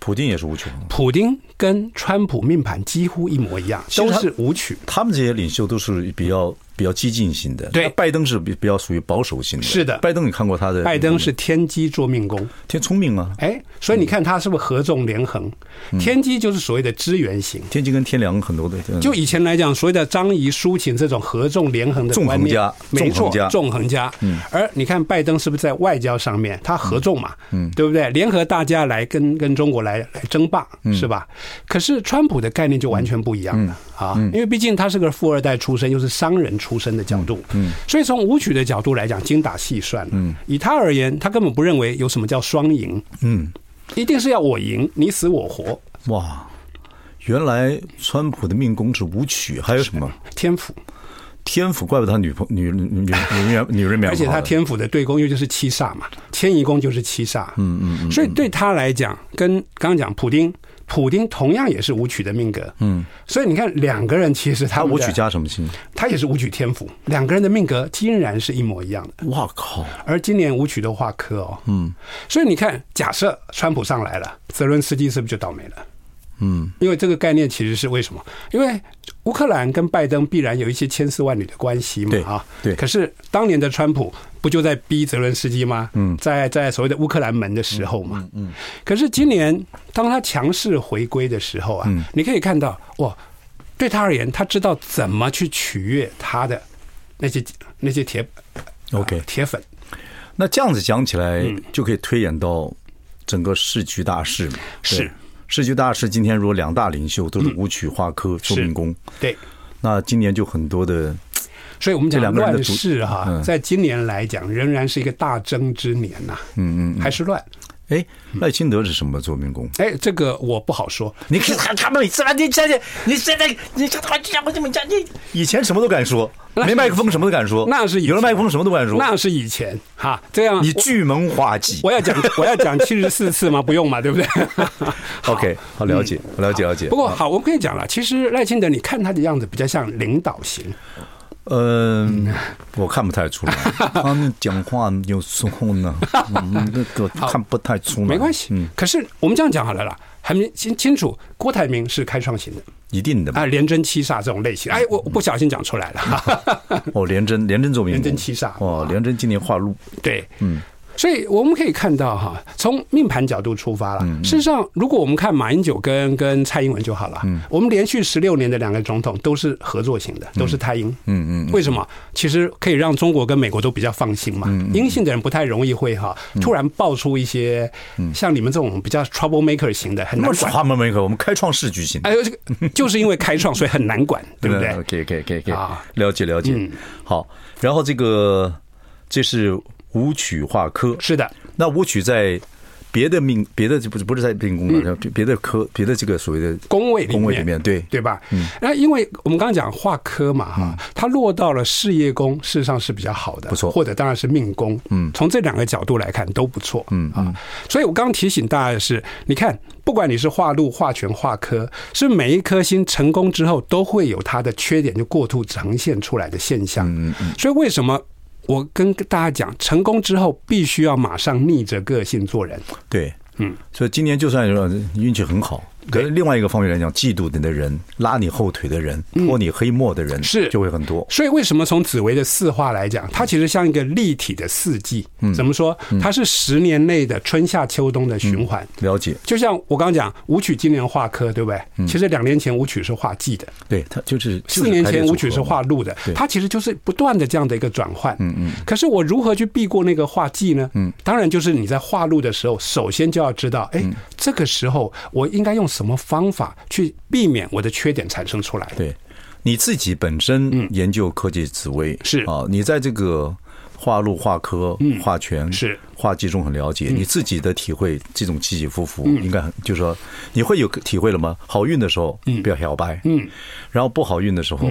Speaker 1: 普京也是舞曲，
Speaker 2: 普丁跟川普命盘几乎一模一样，
Speaker 1: 其实
Speaker 2: 都
Speaker 1: 他
Speaker 2: 是舞曲。
Speaker 1: 他们这些领袖都是比较比较激进型的，
Speaker 2: 对
Speaker 1: 那拜登是比比较属于保守型的，
Speaker 2: 是的
Speaker 1: 拜登你看过他的，
Speaker 2: 拜登是天机做命宫，
Speaker 1: 天聪明啊，
Speaker 2: 哎，所以你看他是不是合纵连横？
Speaker 1: 嗯
Speaker 2: 天机就是所谓的支援型。
Speaker 1: 天津跟天良很多的，嗯
Speaker 2: 就以前来讲，所谓的张仪、苏秦这种合纵连横的
Speaker 1: 纵横
Speaker 2: 观念
Speaker 1: 家，
Speaker 2: 没
Speaker 1: 纵横
Speaker 2: 错
Speaker 1: 家，嗯
Speaker 2: 纵横家。而你看拜登是不是在外交上面，他合纵嘛，
Speaker 1: 嗯
Speaker 2: 对不对？联合大家来跟跟中国来来争霸，
Speaker 1: 嗯
Speaker 2: 是吧？可是川普的概念就完全不一样了啊，
Speaker 1: 嗯
Speaker 2: 因为毕竟他是个富二代出身，又是商人出身的角度，
Speaker 1: 嗯
Speaker 2: 所以从舞曲的角度来讲，精打细算。以他而言，他根本不认为有什么叫双赢，
Speaker 1: 嗯，
Speaker 2: 一定是要我赢，你死我活，
Speaker 1: 哇，原来川普的命宫是舞曲，还有什么
Speaker 2: 天赋。
Speaker 1: 天府？怪不得他女朋女女女女人女人
Speaker 2: 而且他天府的对宫又就是七煞嘛，迁移宫就是七煞，嗯嗯所以对他来讲，跟刚刚讲普丁，普丁同样也是武曲的命格，嗯，所以你看两个人其实
Speaker 1: 他
Speaker 2: 他
Speaker 1: 舞曲
Speaker 2: 们的，
Speaker 1: 加什么星？
Speaker 2: 他也是武曲天府，两个人的命格竟然是一模一样的，
Speaker 1: 哇靠！
Speaker 2: 而今年武曲的话科哦，嗯，所以你看，假设川普上来了，泽伦斯基是不是就倒霉了？嗯，因为这个概念其实是为什么？因为乌克兰跟拜登必然有一些千丝万缕的关系嘛
Speaker 1: 对，
Speaker 2: 啊，
Speaker 1: 对
Speaker 2: 可是当年的川普不就在逼泽伦斯基吗？嗯，在在所谓的乌克兰门的时候嘛，嗯，可是今年当他强势回归的时候啊，你可以看到哇，对他而言，他知道怎么去取悦他的那些那些铁
Speaker 1: OK
Speaker 2: 呃铁粉，
Speaker 1: 那这样子讲起来，就可以推演到整个市局大事嘛。对
Speaker 2: 是
Speaker 1: 市局大事，今天如果两大领袖都是武曲化科做民工，
Speaker 2: 对。
Speaker 1: 那今年就很多的
Speaker 2: 所以我们
Speaker 1: 这
Speaker 2: 讲
Speaker 1: 两个人的
Speaker 2: 乱啊
Speaker 1: 主
Speaker 2: 世哈、在今年来讲仍然是一个大争之年呐、嗯嗯，还是乱，
Speaker 1: 哎，赖清德是什么座命宫？
Speaker 2: 哎，这个我不好说。
Speaker 1: 你看他他们三你现在你现在你这他这这么讲，你以前什么都敢说，没麦克风什么都敢说，
Speaker 2: 那是以前
Speaker 1: 有了麦克风什么都敢说。
Speaker 2: 那是以前哈，这样
Speaker 1: 你巨门画技
Speaker 2: 我要讲 我要讲七十四次吗？不用嘛，对不对
Speaker 1: ，OK，好了解，了解了解。
Speaker 2: 不过好，我跟你讲了，其实赖清德，你看他的样子比较像领导型，
Speaker 1: 嗯，我看不太 出来，他们讲话有时候呢，嗯那个看不太出来，
Speaker 2: 没关系。
Speaker 1: 嗯，
Speaker 2: 可是我们这样讲好了啦，很清清楚，郭台铭是开创型的
Speaker 1: 一定的嘛
Speaker 2: 啊，。连贞七煞这种类型。哎，我我不小心讲出来了，哈哈哈
Speaker 1: 哦，连真连真做名，
Speaker 2: 连真七煞
Speaker 1: 哦，连真今年化禄，
Speaker 2: 对，嗯。所以我们可以看到哈，从命盘角度出发了。
Speaker 1: 嗯
Speaker 2: 事实上，如果我们看马英九跟跟蔡英文就好了，
Speaker 1: 嗯
Speaker 2: 我们连续十六年的两个总统都是合作型的，都是太英。
Speaker 1: 嗯嗯
Speaker 2: 为什么？其实可以让中国跟美国都比较放心嘛。
Speaker 1: 嗯
Speaker 2: 阴性的人不太容易会哈，突然爆出一些像你们这种比较 trouble maker 型的，很
Speaker 1: 嗯那
Speaker 2: 难
Speaker 1: 么
Speaker 2: 管。
Speaker 1: 花门门口，我们开创式举行，
Speaker 2: 哎呦，这个就是因为开创，所以很 难管，对不对？
Speaker 1: 可以可以可以可以
Speaker 2: 啊，
Speaker 1: 了解了解。好，然后这个这是武曲化科，
Speaker 2: 是的，
Speaker 1: 那武曲在别的命别的不是不是在命宫了，别的科别的这个所谓的
Speaker 2: 嗯宫位里面
Speaker 1: 宫位里面，对嗯
Speaker 2: 对吧？那因为我们刚刚讲化科嘛，哈，它落到了事业宫，事实上是比较好的，
Speaker 1: 不错
Speaker 2: 或者当然是命宫，嗯，从这两个角度来看都不错，嗯啊。所以我刚刚提醒大家的是，你看，不管你是化禄、化权、化科，是每一颗星成功之后都会有它的缺点就过度呈现出来的现象，嗯嗯。所以为什么？我跟大家讲，成功之后必须要马上逆着个性做人，
Speaker 1: 对，嗯，所以今年就算有点运气很好，可是另外一个方面来讲，嫉妒你的人、拉你后腿的人、拖你黑幕的人，
Speaker 2: 嗯是
Speaker 1: 就会很多。
Speaker 2: 所以为什么从紫薇的四化来讲，它其实像一个立体的四季。怎么说？它是十年内的春夏秋冬的循环。
Speaker 1: 了解，
Speaker 2: 就像我刚刚讲，舞曲今年化科，对不对？其实两年前舞曲是化季的，
Speaker 1: 对他就是
Speaker 2: 四年前舞
Speaker 1: 就是排列
Speaker 2: 曲是，化
Speaker 1: 组合嘛
Speaker 2: 禄的
Speaker 1: 对，
Speaker 2: 它其实就是不断的这样的一个转换。嗯嗯。可是我如何去避过那个化季呢？嗯，当然就是你在化禄的时候，首先就要知道，哎，这个时候我应该用什么方法去避免我的缺点产生出来？
Speaker 1: 对你自己本身研究科技紫薇
Speaker 2: 是
Speaker 1: 啊，你在这个。化禄、化科、化权
Speaker 2: 是
Speaker 1: 化技中很了解，你自己的体会，这种起起伏伏，应该很就是说你会有体会了吗？好运的时候不要摇摆，嗯，然后不好运的时候，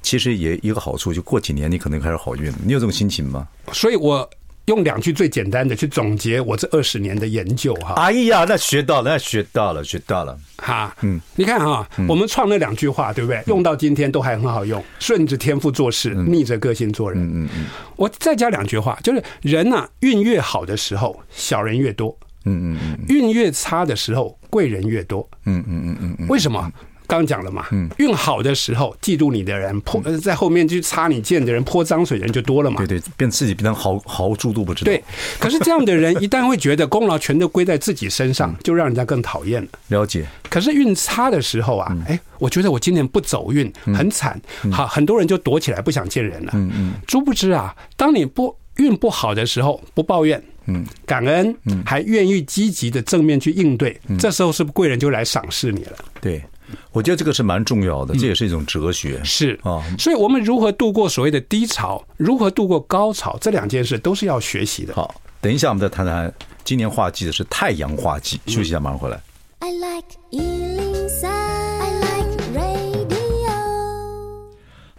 Speaker 1: 其实也一个好处，就过几年你可能开始好运了。你有这种心情吗？
Speaker 2: 所以我用两句最简单的去总结我这二十年的研究哈
Speaker 1: 哎呀，那学到了，那学到了，学到了。
Speaker 2: 哈，嗯，你看哈，我们创那两句话对不
Speaker 1: 嗯
Speaker 2: 对？用到今天都还很好用，顺着天赋做事，逆着个性做人。嗯嗯，我再加两句话，就是人呐、运越好的时候，小人越多；
Speaker 1: 嗯嗯嗯
Speaker 2: 运越差的时候，贵人越多。
Speaker 1: 嗯嗯嗯嗯，
Speaker 2: 为什么？刚讲了嘛，运好的时候，嫉妒你的人泼呃在后面去擦你剑的人，泼脏水的人就多了嘛
Speaker 1: 嗯对。对，变自己变成豪豪猪都不知道。
Speaker 2: 对，，可是这样的人一旦会觉得功劳全都归在自己身 上，就让人家更讨厌了。
Speaker 1: 了解。
Speaker 2: 可是运差的时候啊，哎、我觉得我今年不走运，很惨，好，很多人就躲起来不想见人了。嗯嗯，殊不知啊，当你不运不好的时候，不抱怨。嗯，嗯感恩，还愿意积极的正面去应对，这时候是不是贵人就来赏识你了？
Speaker 1: 对，我觉得这个是蛮重要的，这嗯也是一种哲学。
Speaker 2: 是
Speaker 1: 哦
Speaker 2: 所以我们如何度过所谓的低潮，如何度过高潮，这两件事都是要学习的。
Speaker 1: 好，等一下我们再谈谈今年画技的是太阳画技，休息一下，马上回来。
Speaker 3: I like Ealing Sound. I like radio.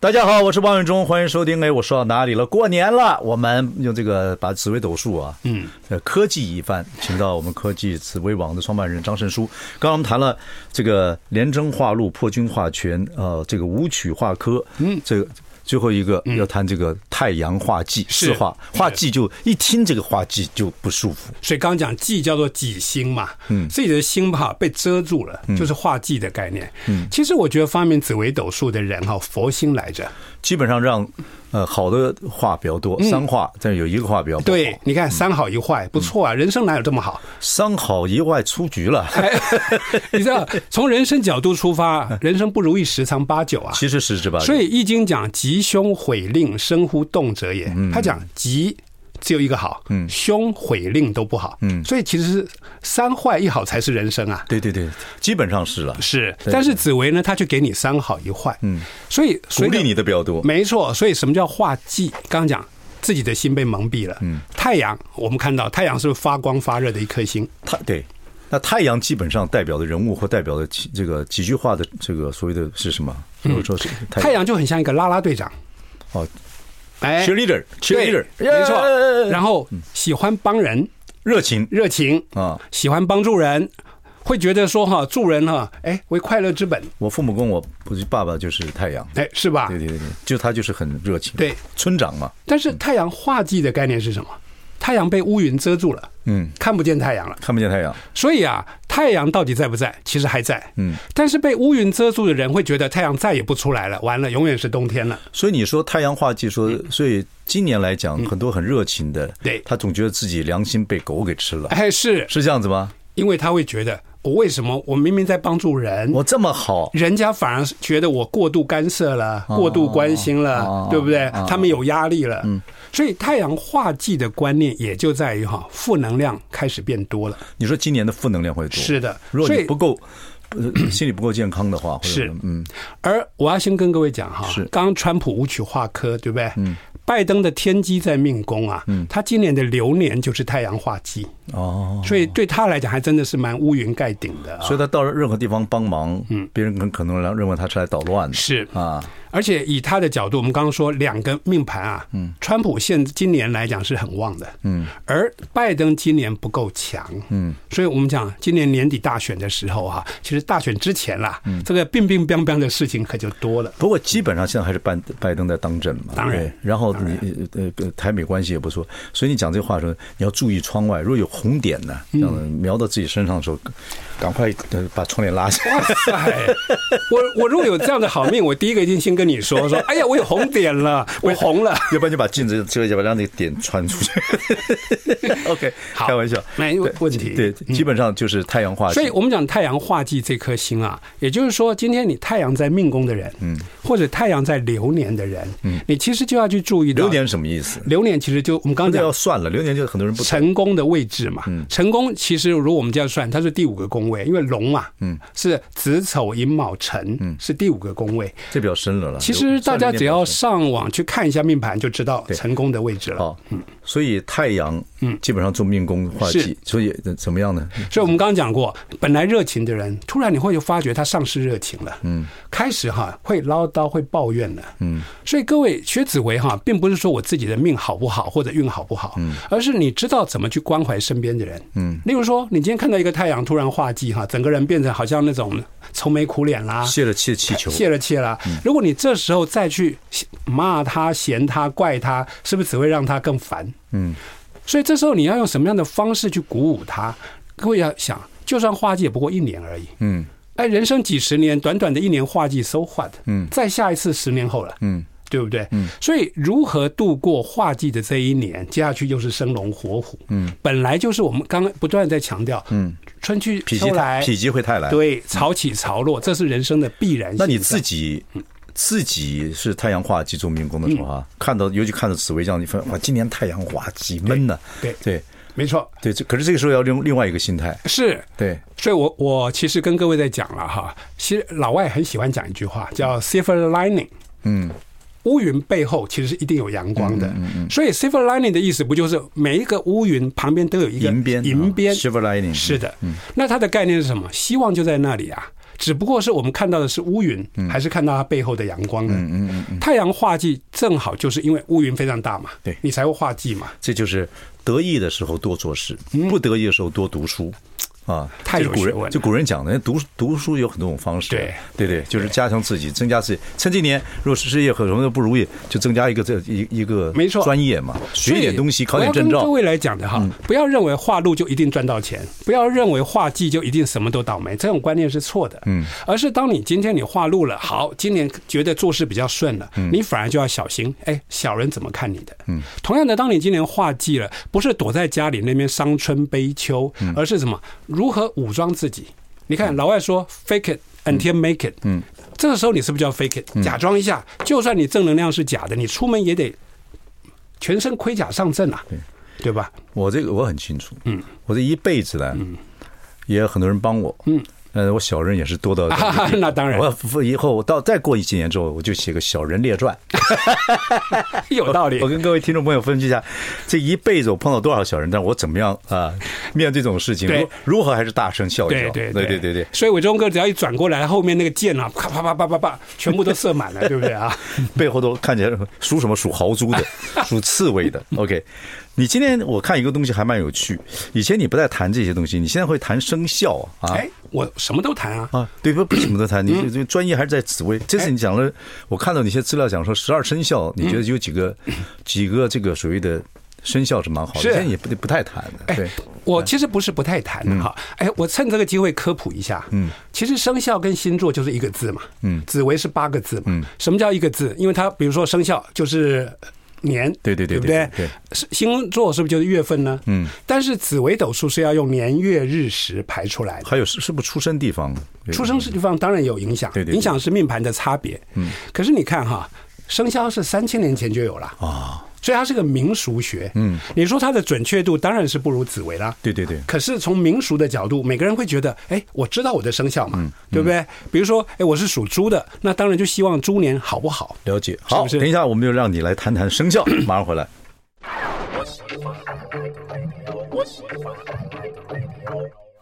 Speaker 1: 大家好，我是王永忠，欢迎收听。哎，我说到哪里了？过年了，我们用这个把紫微斗数啊，嗯，呃，科技一番，请到我们科技紫微网的创办人张胜书。刚刚我们谈了这个廉贞化禄、破军化权，呃，这个武曲化科，嗯，这个最后一个要谈这个太阳化忌
Speaker 2: 是
Speaker 1: 四化，化忌就一听这个化忌就不舒服，
Speaker 2: 所以刚刚讲忌叫做己星嘛，嗯，自己的心哈被遮住了，就是化忌的概念。嗯，其实我觉得发明紫微斗数的人哈，佛心来着。
Speaker 1: 基本上让呃好的话比较多，三化，但有一个话比较不好
Speaker 2: 嗯对，嗯你看三好一坏，不错啊，人生哪有这么 好？
Speaker 1: 三好一坏出局了。
Speaker 2: 哎你知道，从人生角度出发，人生不如意十常八嗯九啊。
Speaker 1: 其实十之八九，
Speaker 2: 所以《易经》讲吉凶毁令，生乎动者也。他讲吉。只有一个好，凶毁令都不好，所以其实是三坏一好才是人生啊。
Speaker 1: 对对对，基本上是了，
Speaker 2: 是，但是紫薇呢，他却给你三好一坏，嗯，所以
Speaker 1: 鼓
Speaker 2: 随着
Speaker 1: 励你的比较多。
Speaker 2: 没错，所以什么叫化忌？刚刚讲自己的心被蒙蔽了。嗯，太阳，我们看到太阳是发光发热的一颗星，
Speaker 1: 太对。那太阳基本上代表的人物或代表的几这个几句话的这个所谓的是什么？如果说是
Speaker 2: 嗯太阳就很像一个啦啦队长，
Speaker 1: 哦
Speaker 2: 哎，对哎
Speaker 1: ，cheerleader，cheerleader，
Speaker 2: 没错。
Speaker 1: 嗯
Speaker 2: 然后喜欢帮人，
Speaker 1: 热情
Speaker 2: 热情，
Speaker 1: 啊！
Speaker 2: 喜欢帮助人，会觉得说哈，助人哈，哎，为快乐之本，
Speaker 1: 我父母跟我不是爸爸就是太阳，
Speaker 2: 哎，是吧
Speaker 1: 对？对对对，就他就是很热情，
Speaker 2: 对，
Speaker 1: 村长嘛，
Speaker 2: 但是太阳化忌的概念是什么？太阳被乌云遮住了，
Speaker 1: 嗯，
Speaker 2: 看不见太阳了。
Speaker 1: 看不见太阳，
Speaker 2: 所以啊，太阳到底在不在？其实还在，
Speaker 1: 嗯。
Speaker 2: 但是被乌云遮住的人会觉得太阳再也不出来了，完了，永远是冬天了。
Speaker 1: 所以你说太阳化技说，所以今年来讲，很多很热情的，
Speaker 2: 嗯对
Speaker 1: 他总觉得自己良心被狗给吃了，
Speaker 2: 哎，是
Speaker 1: 是这样子吗？
Speaker 2: 因为他会觉得我为什么我明明在帮助人，
Speaker 1: 我这么好，
Speaker 2: 人家反而觉得我过度干涉了，
Speaker 1: 啊
Speaker 2: 过度关心了，
Speaker 1: 哦
Speaker 2: 对不对？
Speaker 1: 哦
Speaker 2: 他们有压力了，
Speaker 1: 嗯
Speaker 2: 所以太阳化忌的观念也就在于哈，负能量开始变多了。
Speaker 1: 你说今年的负能量会多，
Speaker 2: 是的，
Speaker 1: 如果
Speaker 2: 所
Speaker 1: 你
Speaker 2: 以
Speaker 1: 不够，呃心理不够健康的话，或者
Speaker 2: 是
Speaker 1: 嗯，
Speaker 2: 而我要先跟各位讲哈
Speaker 1: 是，嗯
Speaker 2: 刚刚川普舞曲化科，对不对？拜登的天机在命宫啊，他今年的流年就是太阳化忌，
Speaker 1: 哦，
Speaker 2: 所以对他来讲还真的是蛮乌云盖顶的、啊。
Speaker 1: 所以他到任何地方帮忙，嗯，别人很可能认为他是来捣乱的，
Speaker 2: 是，
Speaker 1: 啊，
Speaker 2: 而且以他的角度，我们刚刚说两个命盘啊，嗯，川普现今年来讲是很旺的，嗯，而拜登今年不够强，嗯，所以我们讲今年年底大选的时候啊，其实大选之前啦，
Speaker 1: 嗯
Speaker 2: 这个病病殃殃的事情可就多了。
Speaker 1: 不过基本上现在还是拜拜登在当政嘛，
Speaker 2: 当然
Speaker 1: 对然后你呃呃台美关系也不错，所以你讲这话的时候，你要注意窗外，如果有红点呢，
Speaker 2: 嗯
Speaker 1: 这样子瞄到自己身上的时候，赶快呃把窗帘拉下。
Speaker 2: 哎，我我如果有这样的好命，我第一个一定先跟你说说，哎呀，我有红 点了，我红了。
Speaker 1: 要不然就把镜子遮一下，把让那个点穿出 去。OK，
Speaker 2: 好
Speaker 1: 开玩笑，
Speaker 2: 没
Speaker 1: 对
Speaker 2: 问题嗯
Speaker 1: 对，基本上就是太阳化。
Speaker 2: 所以我们讲太阳化忌这颗星啊，也就是说，今天你太阳在命宫的人，嗯，或者太阳在流年的人，嗯，你其实就要去注意到
Speaker 1: 流年是什么意思？
Speaker 2: 流年其实就我们刚刚
Speaker 1: 那要嗯
Speaker 2: 讲
Speaker 1: 算了，流年就很多人不懂。
Speaker 2: 成功的位置嘛。成功其实如果我们这样算，它是第五个宫位，因为龙嘛，嗯，是子丑寅卯辰，
Speaker 1: 嗯
Speaker 2: 是第五个宫位。
Speaker 1: 这比较深了了。
Speaker 2: 其实大家只要上网去看一下命盘，就知道
Speaker 1: 对
Speaker 2: 成功的位置了。
Speaker 1: 好，哦所以太阳基本上做命宫化忌
Speaker 2: 嗯是，
Speaker 1: 所以呃怎么样呢？
Speaker 2: 所以我们刚刚讲过，本来热情的人，突然你会发觉他丧失热情了，嗯，开始哈会唠叨，会抱怨了，嗯，所以各位学紫薇哈，并不是说我自己的命好不好或者运好不好，嗯，而是你知道怎么去关怀身边的人，嗯，例如说你今天看到一个太阳突然化忌哈，整个人变成好像那种愁眉苦脸啦。
Speaker 1: 泄了气的气球，
Speaker 2: 啊泄了气啦！
Speaker 1: 嗯
Speaker 2: 如果你这时候再去骂他、嫌他、怪他，是不是只会让他更烦？
Speaker 1: 嗯，
Speaker 2: 所以这时候你要用什么样的方式去鼓舞他？各位要想，就算化忌也不过一年而已。
Speaker 1: 嗯，
Speaker 2: 哎，人生几十年，短短的一年化忌，so what？嗯，再下一次十年后了。
Speaker 1: 嗯。
Speaker 2: 对不对？嗯，所以如何度过化忌的这一年，接下去又是生龙活虎。嗯，本来就是我们刚刚不断地在强调，嗯，春去
Speaker 1: 否
Speaker 2: 秋
Speaker 1: 极
Speaker 2: 来，
Speaker 1: 否极会泰来。，
Speaker 2: 对，潮起潮落，这是人生的必然性在。
Speaker 1: 那你自己
Speaker 2: 嗯
Speaker 1: 自己是太阳化忌做命宫的时候啊，看到尤其看到紫薇这样，你发现哇，今年太阳化忌闷呐。
Speaker 2: 对
Speaker 1: 对
Speaker 2: 没错，
Speaker 1: 对，这可是这个时候要用另外一个心态，
Speaker 2: 是
Speaker 1: 对，
Speaker 2: 所以我，我其实跟各位在讲了哈，其实老外很喜欢讲一句话，叫 “silver lining”。
Speaker 1: 嗯，
Speaker 2: 乌云背后其实是一定有阳光的，所以 “silver lining” 的意思不就是每一个乌云旁边都有一个
Speaker 1: 银边啊
Speaker 2: 银边？
Speaker 1: silver lining 嗯
Speaker 2: 是的，那它的概念是什么？希望就在那里啊。只不过是我们看到的是乌云，
Speaker 1: 嗯
Speaker 2: 还是看到它背后的阳光呢？太阳化忌正好就是因为乌云非常大嘛，
Speaker 1: 对
Speaker 2: 你才会化忌嘛。
Speaker 1: 这就是得意的时候多做事，不得意的时候多读书。啊，
Speaker 2: 嗯太有
Speaker 1: 这是古
Speaker 2: 学问
Speaker 1: 人
Speaker 2: 了
Speaker 1: 就古人讲的，读读书有很多种方式。啊
Speaker 2: 对
Speaker 1: 对对，就是加强自己，增加自己。趁今年如果是事业和什么都不如意，就增加一个这一一个
Speaker 2: 没错
Speaker 1: 专业嘛，学一点东西，考
Speaker 2: 所以
Speaker 1: 点
Speaker 2: 我要
Speaker 1: 证
Speaker 2: 跟各
Speaker 1: 照。嗯
Speaker 2: 位来讲的哈，不要认为化禄就一定赚到钱，不要认为化忌就一定什么都倒霉，这种观念是错的。嗯，而是当你今天你化禄了，好，今年觉得做事比较顺了，
Speaker 1: 嗯
Speaker 2: 你反而就要小心，哎，小人怎么看你的？嗯，同样的，当你今年化忌了，不是躲在家里那边伤春悲秋，
Speaker 1: 嗯
Speaker 2: 而是什么？如何武装自己？你看老外说 “fake it”。until make it，嗯，这个时候你是不是就要 fake
Speaker 1: 嗯
Speaker 2: it，假装一下？就算你正能量是假的，你出门也得全身盔甲上阵啊，对吧？
Speaker 1: 我这个我很清楚，嗯，我这一辈子呢，也有很多人帮我，嗯，呃，我小人也是多到
Speaker 2: 那当然
Speaker 1: 我要以后我到再过一几年之后，我就写个小人列传。
Speaker 2: 有道理
Speaker 1: 我。跟各位听众朋友分析一下，这一辈子我碰到多少小人，但我怎么样啊、面对这种事情，
Speaker 2: 对
Speaker 1: 如如何还是大声笑一
Speaker 2: 对
Speaker 1: 笑？
Speaker 2: 对
Speaker 1: 对
Speaker 2: 对
Speaker 1: 对对。
Speaker 2: 所以伟忠哥只要一转过来，后面那个箭啊，啪啪啪啪啪啪，全部都射满 了，对不对啊？
Speaker 1: 背后都看起来属什么？属豪 猪的，属刺猬的。OK，你今天我看一个东西还蛮有趣，以前你不再谈这些东西，你现在会谈生肖啊
Speaker 2: 哎，嗯我什么都谈啊。
Speaker 1: 啊，对不？不什么都谈，你这专业还是在紫薇。这
Speaker 2: 哎
Speaker 1: 次你讲了，我看到你一些资料讲说十二生肖，你觉得
Speaker 2: 嗯
Speaker 1: 有几个几个这个所谓的生肖是蛮好的，
Speaker 2: 是哎
Speaker 1: 现在也不不太谈的，对。
Speaker 2: 我其实不是不太谈的哈，哎，我趁这个机会科普一下。嗯，其实生肖跟星座就是一个字嘛。嗯，紫薇是八个字嘛。嗯，什么叫一个字？因为它比如说生肖就是年，
Speaker 1: 对对对
Speaker 2: 对不
Speaker 1: 对
Speaker 2: 对
Speaker 1: 对对？
Speaker 2: 是星座是不是就是月份呢？嗯，但是紫微斗数是要用年月日时排出来的。
Speaker 1: 还有是是不是出生地方？对
Speaker 2: 出生是地方当然有影响，
Speaker 1: 对对对
Speaker 2: 影响是命盘的差别。嗯，可是你看哈，生肖是三千年前就有了啊，所以它是个民俗学。嗯，你说它的准确度当然是不如紫微啦。
Speaker 1: 对对对
Speaker 2: 可是从民俗的角度，每个人会觉得，哎，我知道我的生肖
Speaker 1: 嗯
Speaker 2: 嘛，对不对？比如说，哎，我是属猪的，那当然就希望猪年好不好？
Speaker 1: 了解。好，
Speaker 2: 是不是
Speaker 1: 等一下我们就让你来谈谈 生肖，马上回来。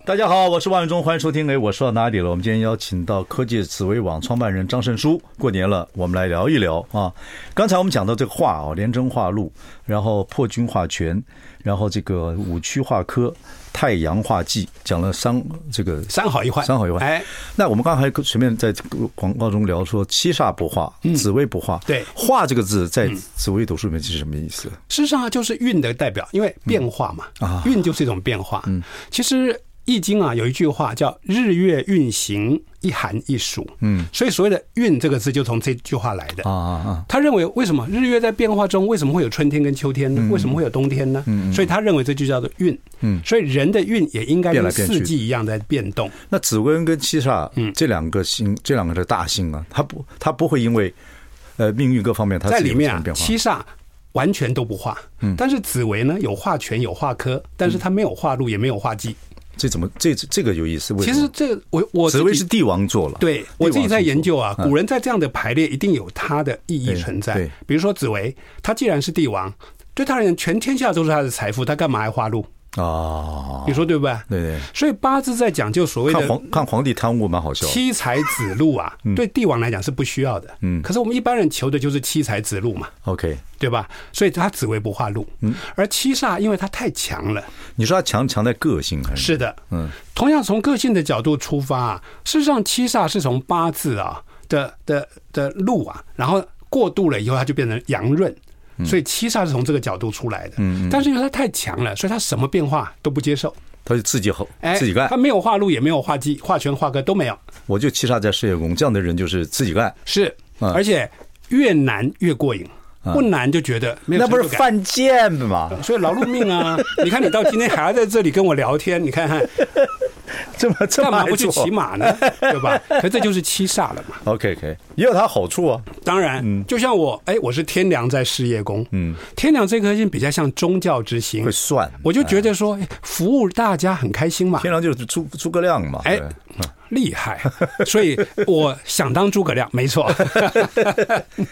Speaker 1: 大家好，我是万永忠，欢迎收听。哎，我说到哪里了？我们今天邀请到科技紫微网创办人张胜书。过年了，我们来聊一聊啊。刚才我们讲到这个画啊，廉贞化禄，然后破军化权，然后这个五区化科，太阳化忌，讲了三这个
Speaker 2: 三好一坏，
Speaker 1: 三好一坏。
Speaker 2: 哎，
Speaker 1: 那我们刚才随便在广告中聊说七煞不化，紫薇不化。
Speaker 2: 嗯对
Speaker 1: 化这个字在紫薇斗数里面是什么意思？
Speaker 2: 事实上啊，就是运的代表，因为变化嘛，
Speaker 1: 啊
Speaker 2: 运就是一种变化。嗯，其实《易经》啊有一句话叫“日月运行，一寒一暑”。嗯，所以所谓的“运”这个字就从这句话来的。
Speaker 1: 啊啊啊！
Speaker 2: 他认为为什么日月在变化中，为什么会有春天跟秋天呢？
Speaker 1: 嗯
Speaker 2: 为什么会有冬天呢？所以他认为这就叫做运。嗯，所以人的运也应该
Speaker 1: 变来
Speaker 2: 跟
Speaker 1: 变去
Speaker 2: 四季一样在变动。
Speaker 1: 那紫薇跟七煞，
Speaker 2: 嗯
Speaker 1: 这两个星，这两个的大星啊，它不，它不会因为呃命运各方面它
Speaker 2: 在
Speaker 1: 自己
Speaker 2: 里
Speaker 1: 有
Speaker 2: 面
Speaker 1: 什么
Speaker 2: 啊，
Speaker 1: 变化。
Speaker 2: 七煞完全都不化。嗯，但是紫薇呢有化权有化科，但
Speaker 1: 嗯
Speaker 2: 是他没有化禄也没有化忌。
Speaker 1: 这怎么这这个有意思？为什
Speaker 2: 其
Speaker 1: 么
Speaker 2: 实这个我我自
Speaker 1: 紫
Speaker 2: 己
Speaker 1: 薇是帝王座了，
Speaker 2: 对
Speaker 1: 帝王
Speaker 2: 我自己在
Speaker 1: 星座
Speaker 2: 研究啊，古人在这样的排列一定有它的意义
Speaker 1: 对
Speaker 2: 存在
Speaker 1: 对。
Speaker 2: 比如说紫薇，他既然是帝王，对他而言全天下都是他的财富，他干嘛还花路？
Speaker 1: 啊，
Speaker 2: 你说对不哦对？
Speaker 1: 对对。
Speaker 2: 所以八字在讲究所谓
Speaker 1: 看
Speaker 2: 的
Speaker 1: 皇看皇帝贪污蛮好笑的，
Speaker 2: 七财子路啊，对帝王来讲是不需要的。嗯，可是我们一般人求的就是七财子路嘛，
Speaker 1: OK，
Speaker 2: 对吧？所以他紫薇不化禄，嗯，而七煞因为他太强了，
Speaker 1: 你说他强强在个性还
Speaker 2: 是的，嗯，同样从个性的角度出发啊，事实上七煞是从八字啊的的的路啊，然后过渡了以后，它就变成阳润，
Speaker 1: 嗯
Speaker 2: 所以七煞是从这个角度出来的。嗯，但是因为它太强了，所以它什么变化都不接受。哎
Speaker 1: 他就自己好自己干
Speaker 2: 它，没有化禄，也没有化忌，化权、化格都没有，
Speaker 1: 我就七煞在事业宫，这样的人就是自己干，
Speaker 2: 是，
Speaker 1: 嗯
Speaker 2: 而且越难越过瘾，不难就觉得没 有
Speaker 1: 那不是
Speaker 2: 成就感
Speaker 1: 犯贱吗？
Speaker 2: 所以劳碌命啊！你看你到今天还要在这里跟我聊天，你看看
Speaker 1: 这么这
Speaker 2: 干
Speaker 1: 么
Speaker 2: 嘛
Speaker 1: 爱
Speaker 2: 不去
Speaker 1: 做
Speaker 2: 骑 马呢？对吧？可这就是七煞了嘛。
Speaker 1: ？OK OK，也有它好处啊。
Speaker 2: 当然，就像我，哎，我是天梁在事业宫，嗯，天梁这颗星比较像宗教之星
Speaker 1: 会，算，
Speaker 2: 我就觉得说，哎，服务大家很开心嘛，
Speaker 1: 天狼就是诸诸葛亮嘛。
Speaker 2: 哎
Speaker 1: 对，
Speaker 2: 厉害，所以我想当诸葛亮，没错，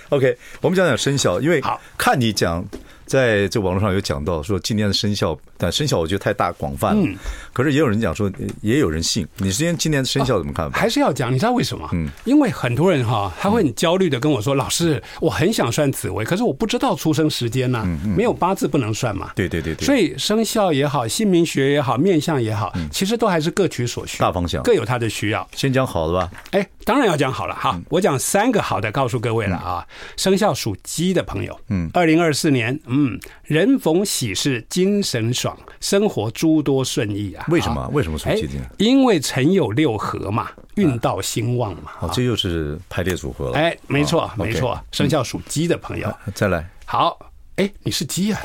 Speaker 1: ，OK，我们讲讲生肖，因为
Speaker 2: 好
Speaker 1: 看你讲，在这网络上有讲到说今年的生肖，但生肖我觉得太大广泛
Speaker 2: 嗯
Speaker 1: 了。可是也有人讲说，呃也有人信。你今天今年的生肖怎么看吧？
Speaker 2: 还是要讲，你知道为什么？
Speaker 1: 嗯
Speaker 2: 因为很多人哈、他会很焦虑的跟我说，老师，我很想算紫薇，可是我不知道出生时间呐、没有八字不能算嘛，
Speaker 1: 嗯对对对对，
Speaker 2: 所以生肖也好，姓名学也好，面相也好，其实都还是各取所需，
Speaker 1: 嗯大方向
Speaker 2: 各有它的需要。
Speaker 1: 先讲好的吧。
Speaker 2: 哎，当然要讲好了哈，
Speaker 1: 嗯
Speaker 2: 我讲三个好的，告诉各位了啊。生肖属鸡的朋友，嗯，二零二四年，嗯，人逢喜事精神爽，生活诸多顺意啊。
Speaker 1: 为什
Speaker 2: 啊？
Speaker 1: 么？为什么属
Speaker 2: 哎
Speaker 1: 鸡嗯的？，
Speaker 2: 因为辰酉六合嘛，运到兴旺嘛。
Speaker 1: 哦，这又是排列组合了。
Speaker 2: 哎，没错
Speaker 1: 哦，
Speaker 2: 没
Speaker 1: OK 嗯
Speaker 2: 错，生肖属鸡的朋友，
Speaker 1: 再来，
Speaker 2: 好，哎，你是鸡啊，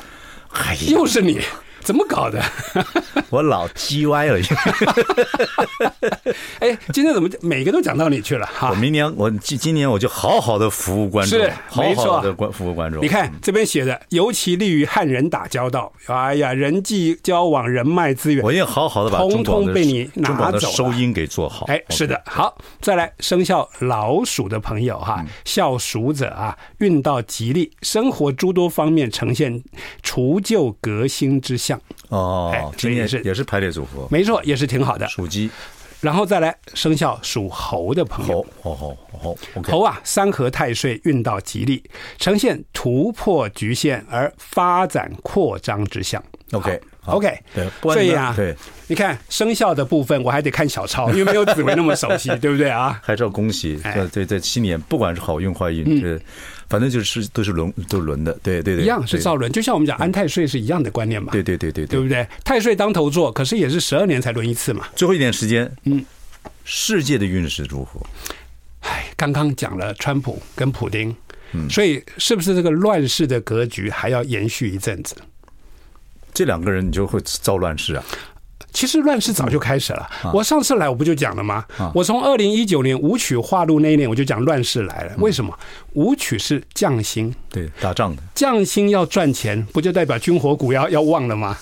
Speaker 1: 哎呀
Speaker 2: 又是你。怎么搞的？
Speaker 1: 我老叽歪了已经。
Speaker 2: 哎，今天怎么每个都讲到你去了哈
Speaker 1: 我？明年我今今年我就好好的服务观众
Speaker 2: 啊是，
Speaker 1: 好
Speaker 2: 没错
Speaker 1: 好的关服务观众。
Speaker 2: 你看这边写的，尤其利于和人打交道。哎呀，人际交往、人脉资源
Speaker 1: 我，也好好的把中广
Speaker 2: 通
Speaker 1: 的
Speaker 2: 通被你拿
Speaker 1: 中广的
Speaker 2: 走了
Speaker 1: 收音给做好。
Speaker 2: 哎，是的，好，再来生肖老鼠的朋友
Speaker 1: 嗯
Speaker 2: 哈，肖鼠者啊，运到吉利，生活诸多方面呈现除旧革新之象，哎
Speaker 1: 哦，今
Speaker 2: 所以
Speaker 1: 年
Speaker 2: 也是
Speaker 1: 也是排列组合，
Speaker 2: 没错，也是挺好的。
Speaker 1: 属鸡
Speaker 2: 然后再来生肖属猴的朋友
Speaker 1: 猴，，猴猴哦猴，OK，
Speaker 2: 猴啊，三合太岁运到吉利，呈现突破局限而发展扩张之象。
Speaker 1: OK，
Speaker 2: 好
Speaker 1: 好
Speaker 2: OK，
Speaker 1: 对不然呢
Speaker 2: 所以啊，
Speaker 1: 对，
Speaker 2: 你看生肖的部分，我还得看小抄，因为没有紫薇那么熟 悉，对不对啊？
Speaker 1: 还是要恭喜，
Speaker 2: 哎嗯
Speaker 1: 对对，在新年不管是好运坏运，这反正就是都是轮都是轮的，对对对，
Speaker 2: 一样是
Speaker 1: 对
Speaker 2: 造轮，就像我们讲安太岁是一样的观念嘛，
Speaker 1: 对对对对对，
Speaker 2: 对不对？太岁当头坐，可是也是十二年才轮一次嘛。
Speaker 1: 最后一点时间，
Speaker 2: 嗯，
Speaker 1: 世界的运势如何？
Speaker 2: 哎，刚刚讲了川普跟普丁，
Speaker 1: 嗯
Speaker 2: 所以是不是这个乱世的格局还要延续一阵子？
Speaker 1: 这两个人你就会造乱世啊，
Speaker 2: 其实乱世早就开始了。我上次来我不就讲了吗？
Speaker 1: 啊
Speaker 2: 我从二零一九年舞曲化录那一年我就讲乱世来
Speaker 1: 嗯
Speaker 2: 了。为什么？舞曲是降薪，
Speaker 1: 对，打仗的。
Speaker 2: 降薪要赚钱，不就代表军火股要要旺了吗？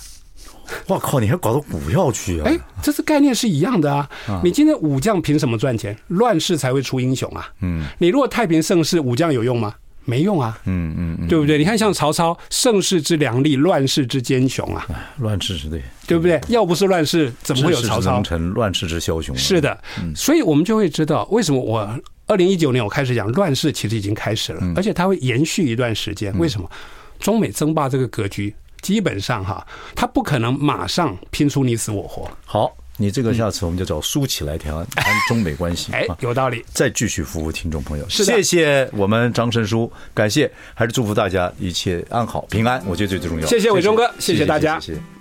Speaker 1: 我靠，你还搞到股票去啊
Speaker 2: 哎？，这是概念是一样的啊！你今天武将凭什么赚钱？乱世才会出英雄啊！嗯，你如果太平盛世，武将有用吗？没用啊，
Speaker 1: 嗯嗯嗯，
Speaker 2: 对不对？你看像曹操，盛世之良力，乱世之奸雄啊，
Speaker 1: 乱世之对，
Speaker 2: 对不对？要不是乱世，怎么会有
Speaker 1: 治世
Speaker 2: 曹
Speaker 1: 之
Speaker 2: 操
Speaker 1: 能？臣，乱世之枭雄。啊
Speaker 2: 是，的，所以我们就会知道为什么我二零一九年我开始讲乱世其实已经开始了，而且它会延续一段时间。为什么？中美争霸这个格局，基本上哈，它不可能马上拼出你死我活。
Speaker 1: 好，你这个下次我们就找苏起来谈谈中美关系。
Speaker 2: 嗯哎
Speaker 1: 啊，
Speaker 2: 有道理。
Speaker 1: 再继续服务听众朋友。
Speaker 2: 是的
Speaker 1: 谢谢我们张生叔，感谢，还是祝福大家一切安好平安，我觉得最最重要。
Speaker 2: 谢谢伟忠哥谢谢大家
Speaker 1: 谢谢。谢谢